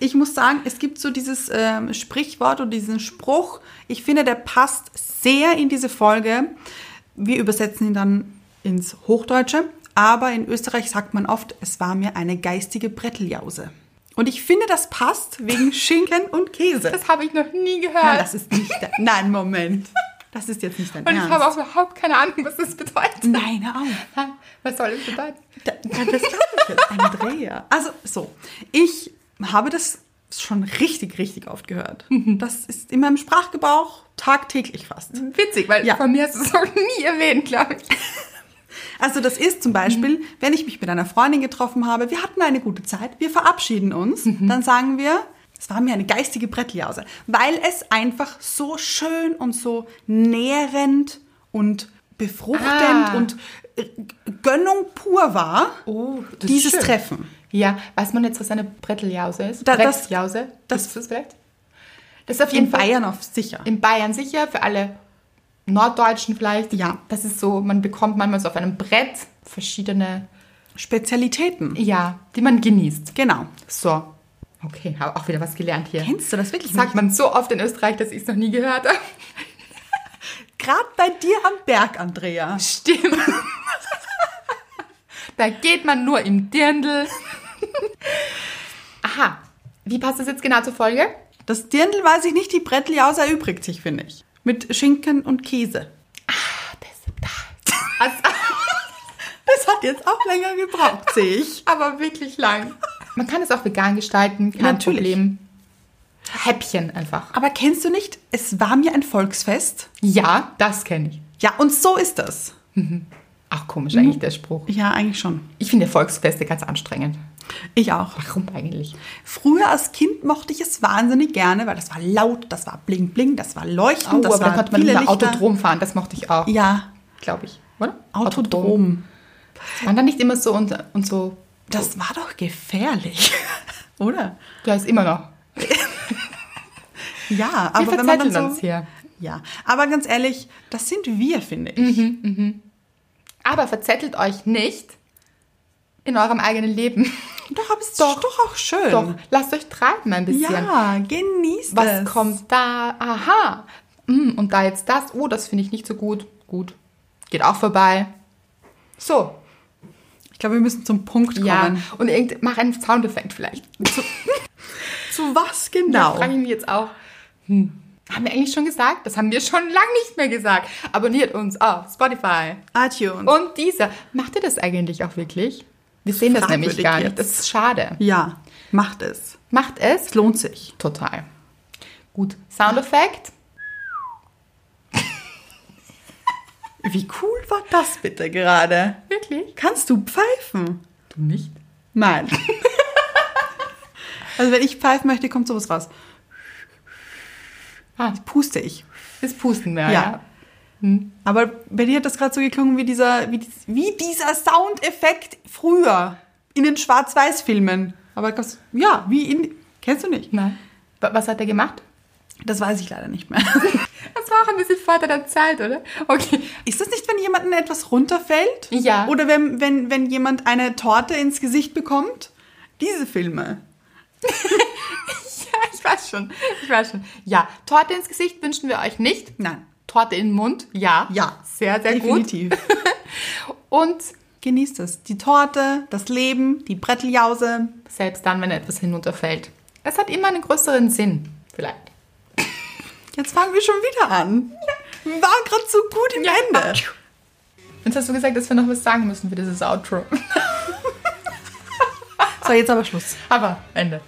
Speaker 1: Ich muss sagen, es gibt so dieses ähm, Sprichwort oder diesen Spruch. Ich finde, der passt sehr in diese Folge. Wir übersetzen ihn dann ins Hochdeutsche. Aber in Österreich sagt man oft, es war mir eine geistige Bretteljause. Und ich finde, das passt wegen Schinken und Käse.
Speaker 2: Das habe ich noch nie gehört.
Speaker 1: Nein, das ist nicht der, Nein, Moment. Das ist jetzt nicht dein
Speaker 2: und ich
Speaker 1: Ernst.
Speaker 2: habe auch überhaupt keine Ahnung, was das bedeutet.
Speaker 1: Nein, hör auf.
Speaker 2: Was soll das bedeuten?
Speaker 1: Da, da, das glaube ich jetzt, Andrea. Also so, ich habe das schon richtig, richtig oft gehört.
Speaker 2: Mhm.
Speaker 1: Das ist in meinem Sprachgebrauch tagtäglich fast.
Speaker 2: Witzig, weil
Speaker 1: Ja.
Speaker 2: von mir hast du es noch nie erwähnt, glaube ich.
Speaker 1: Also das ist zum
Speaker 2: Mhm.
Speaker 1: Beispiel, wenn ich mich mit einer Freundin getroffen habe, wir hatten eine gute Zeit, wir verabschieden uns,
Speaker 2: Mhm.
Speaker 1: dann sagen wir, es war mir eine geistige Bretteljause, weil es einfach so schön und so nährend und befruchtend
Speaker 2: Ah.
Speaker 1: und äh, Gönnung pur war,
Speaker 2: Oh, das ist
Speaker 1: dieses
Speaker 2: schön.
Speaker 1: Treffen.
Speaker 2: Ja, weiß man jetzt, was eine Bretteljause ist?
Speaker 1: Da- das-
Speaker 2: Brettjause?
Speaker 1: das-
Speaker 2: ist das vielleicht? Das ist auf jeden
Speaker 1: In
Speaker 2: Fall
Speaker 1: Bayern auf sicher.
Speaker 2: in Bayern sicher, für alle Norddeutschen vielleicht.
Speaker 1: Ja.
Speaker 2: Das ist so, man bekommt manchmal so auf einem Brett verschiedene,
Speaker 1: Spezialitäten.
Speaker 2: ja, die man genießt.
Speaker 1: Genau.
Speaker 2: So. Okay, habe auch wieder was gelernt hier.
Speaker 1: Kennst du das wirklich?
Speaker 2: Sagt man so oft in Österreich, dass ich es noch nie gehört habe.
Speaker 1: Gerade bei dir am Berg, Andrea.
Speaker 2: Stimmt. da geht man nur im Dirndl. Aha. Wie passt das jetzt genau zur Folge?
Speaker 1: Das Dirndl weiß ich nicht, die Bretteljause erübrigt sich, finde ich. Mit Schinken und Käse.
Speaker 2: Also,
Speaker 1: Das hat jetzt auch länger gebraucht, sehe ich.
Speaker 2: aber wirklich lang. Man kann es auch vegan gestalten, kein
Speaker 1: Natürlich.
Speaker 2: Problem. Häppchen einfach.
Speaker 1: Aber kennst du nicht, es war mir ein Volksfest?
Speaker 2: Ja, das kenne ich.
Speaker 1: Ja, und so ist das.
Speaker 2: Ach, komisch
Speaker 1: Hm.
Speaker 2: eigentlich der Spruch.
Speaker 1: Ja, eigentlich schon.
Speaker 2: Ich finde Volksfeste ganz anstrengend.
Speaker 1: Ich auch.
Speaker 2: Warum eigentlich?
Speaker 1: Früher als Kind mochte ich es wahnsinnig gerne, weil das war laut, das war bling bling, das war leuchten, das
Speaker 2: aber dann
Speaker 1: war
Speaker 2: konnte man
Speaker 1: viele
Speaker 2: immer
Speaker 1: Lichter.
Speaker 2: Autodrom fahren, das mochte ich auch.
Speaker 1: Ja,
Speaker 2: glaube ich, oder?
Speaker 1: Autodrom.
Speaker 2: Waren da nicht immer so und, und so,
Speaker 1: Das war doch gefährlich, oder?
Speaker 2: ja, ist immer noch.
Speaker 1: Ja,
Speaker 2: Wir
Speaker 1: aber wenn man dann
Speaker 2: verzetteln
Speaker 1: so,
Speaker 2: uns hier.
Speaker 1: Ja, aber ganz ehrlich, das sind wir, finde ich.
Speaker 2: Mhm. Aber verzettelt euch nicht in eurem eigenen Leben.
Speaker 1: Doch, aber es ist
Speaker 2: Doch.
Speaker 1: doch, auch schön.
Speaker 2: Doch, lasst euch treiben ein bisschen.
Speaker 1: Ähm. Ja, genießt
Speaker 2: Was
Speaker 1: es.
Speaker 2: kommt da? Aha. Hm, Und da jetzt das. Oh, das finde ich nicht so gut. Gut. Geht auch vorbei. So.
Speaker 1: Ich glaube, wir müssen zum Punkt kommen.
Speaker 2: Ja. Und irgend, mach einen Soundeffekt vielleicht.
Speaker 1: Zu was
Speaker 2: Da
Speaker 1: genau?
Speaker 2: frage ich mich jetzt auch. Hm. Haben wir eigentlich schon gesagt? Das haben wir schon lang nicht mehr gesagt. Abonniert uns auf Spotify.
Speaker 1: iTunes.
Speaker 2: Und dieser. Macht ihr das eigentlich auch wirklich? Wir sehen das
Speaker 1: Fragwürdig
Speaker 2: nämlich gar nicht.
Speaker 1: jetzt.
Speaker 2: Das ist schade.
Speaker 1: ja, macht es.
Speaker 2: Macht es.
Speaker 1: Es lohnt sich.
Speaker 2: Total. Gut. Soundeffekt.
Speaker 1: Wie cool war das bitte gerade?
Speaker 2: Wirklich?
Speaker 1: Kannst du pfeifen?
Speaker 2: Du nicht?
Speaker 1: Nein. also wenn ich pfeifen möchte, kommt sowas raus.
Speaker 2: Ah,
Speaker 1: Puste ich.
Speaker 2: ist Pusten mehr,
Speaker 1: Ja.
Speaker 2: ja.
Speaker 1: Aber bei dir hat das gerade so geklungen wie dieser, wie, dies- wie dieser Soundeffekt früher in den Schwarz-Weiß-Filmen. Aber das- ja, wie in. Kennst du nicht?
Speaker 2: Nein. Wa- Was hat er gemacht?
Speaker 1: Das weiß ich leider nicht mehr.
Speaker 2: Das war auch ein bisschen vor deiner Zeit, oder? Okay.
Speaker 1: Ist das nicht, wenn jemandem etwas runterfällt?
Speaker 2: Ja.
Speaker 1: Oder wenn, wenn, wenn jemand eine Torte ins Gesicht bekommt? Diese Filme.
Speaker 2: Ja, ich weiß schon. Ich weiß schon. Ja, Torte ins Gesicht wünschen wir euch nicht.
Speaker 1: Nein.
Speaker 2: Torte in den Mund, ja.
Speaker 1: Ja.
Speaker 2: Sehr, sehr
Speaker 1: Definitiv.
Speaker 2: gut. Und
Speaker 1: Genießt es. Die Torte, das Leben, die Bretteljause.
Speaker 2: Selbst dann, wenn etwas hinunterfällt. Es hat immer einen größeren Sinn, vielleicht.
Speaker 1: Jetzt fangen wir schon wieder an. Wir waren gerade so gut im Ende.
Speaker 2: Jetzt hast du gesagt, dass wir noch was sagen müssen für dieses Outro.
Speaker 1: So, jetzt aber Schluss.
Speaker 2: Aber Ende.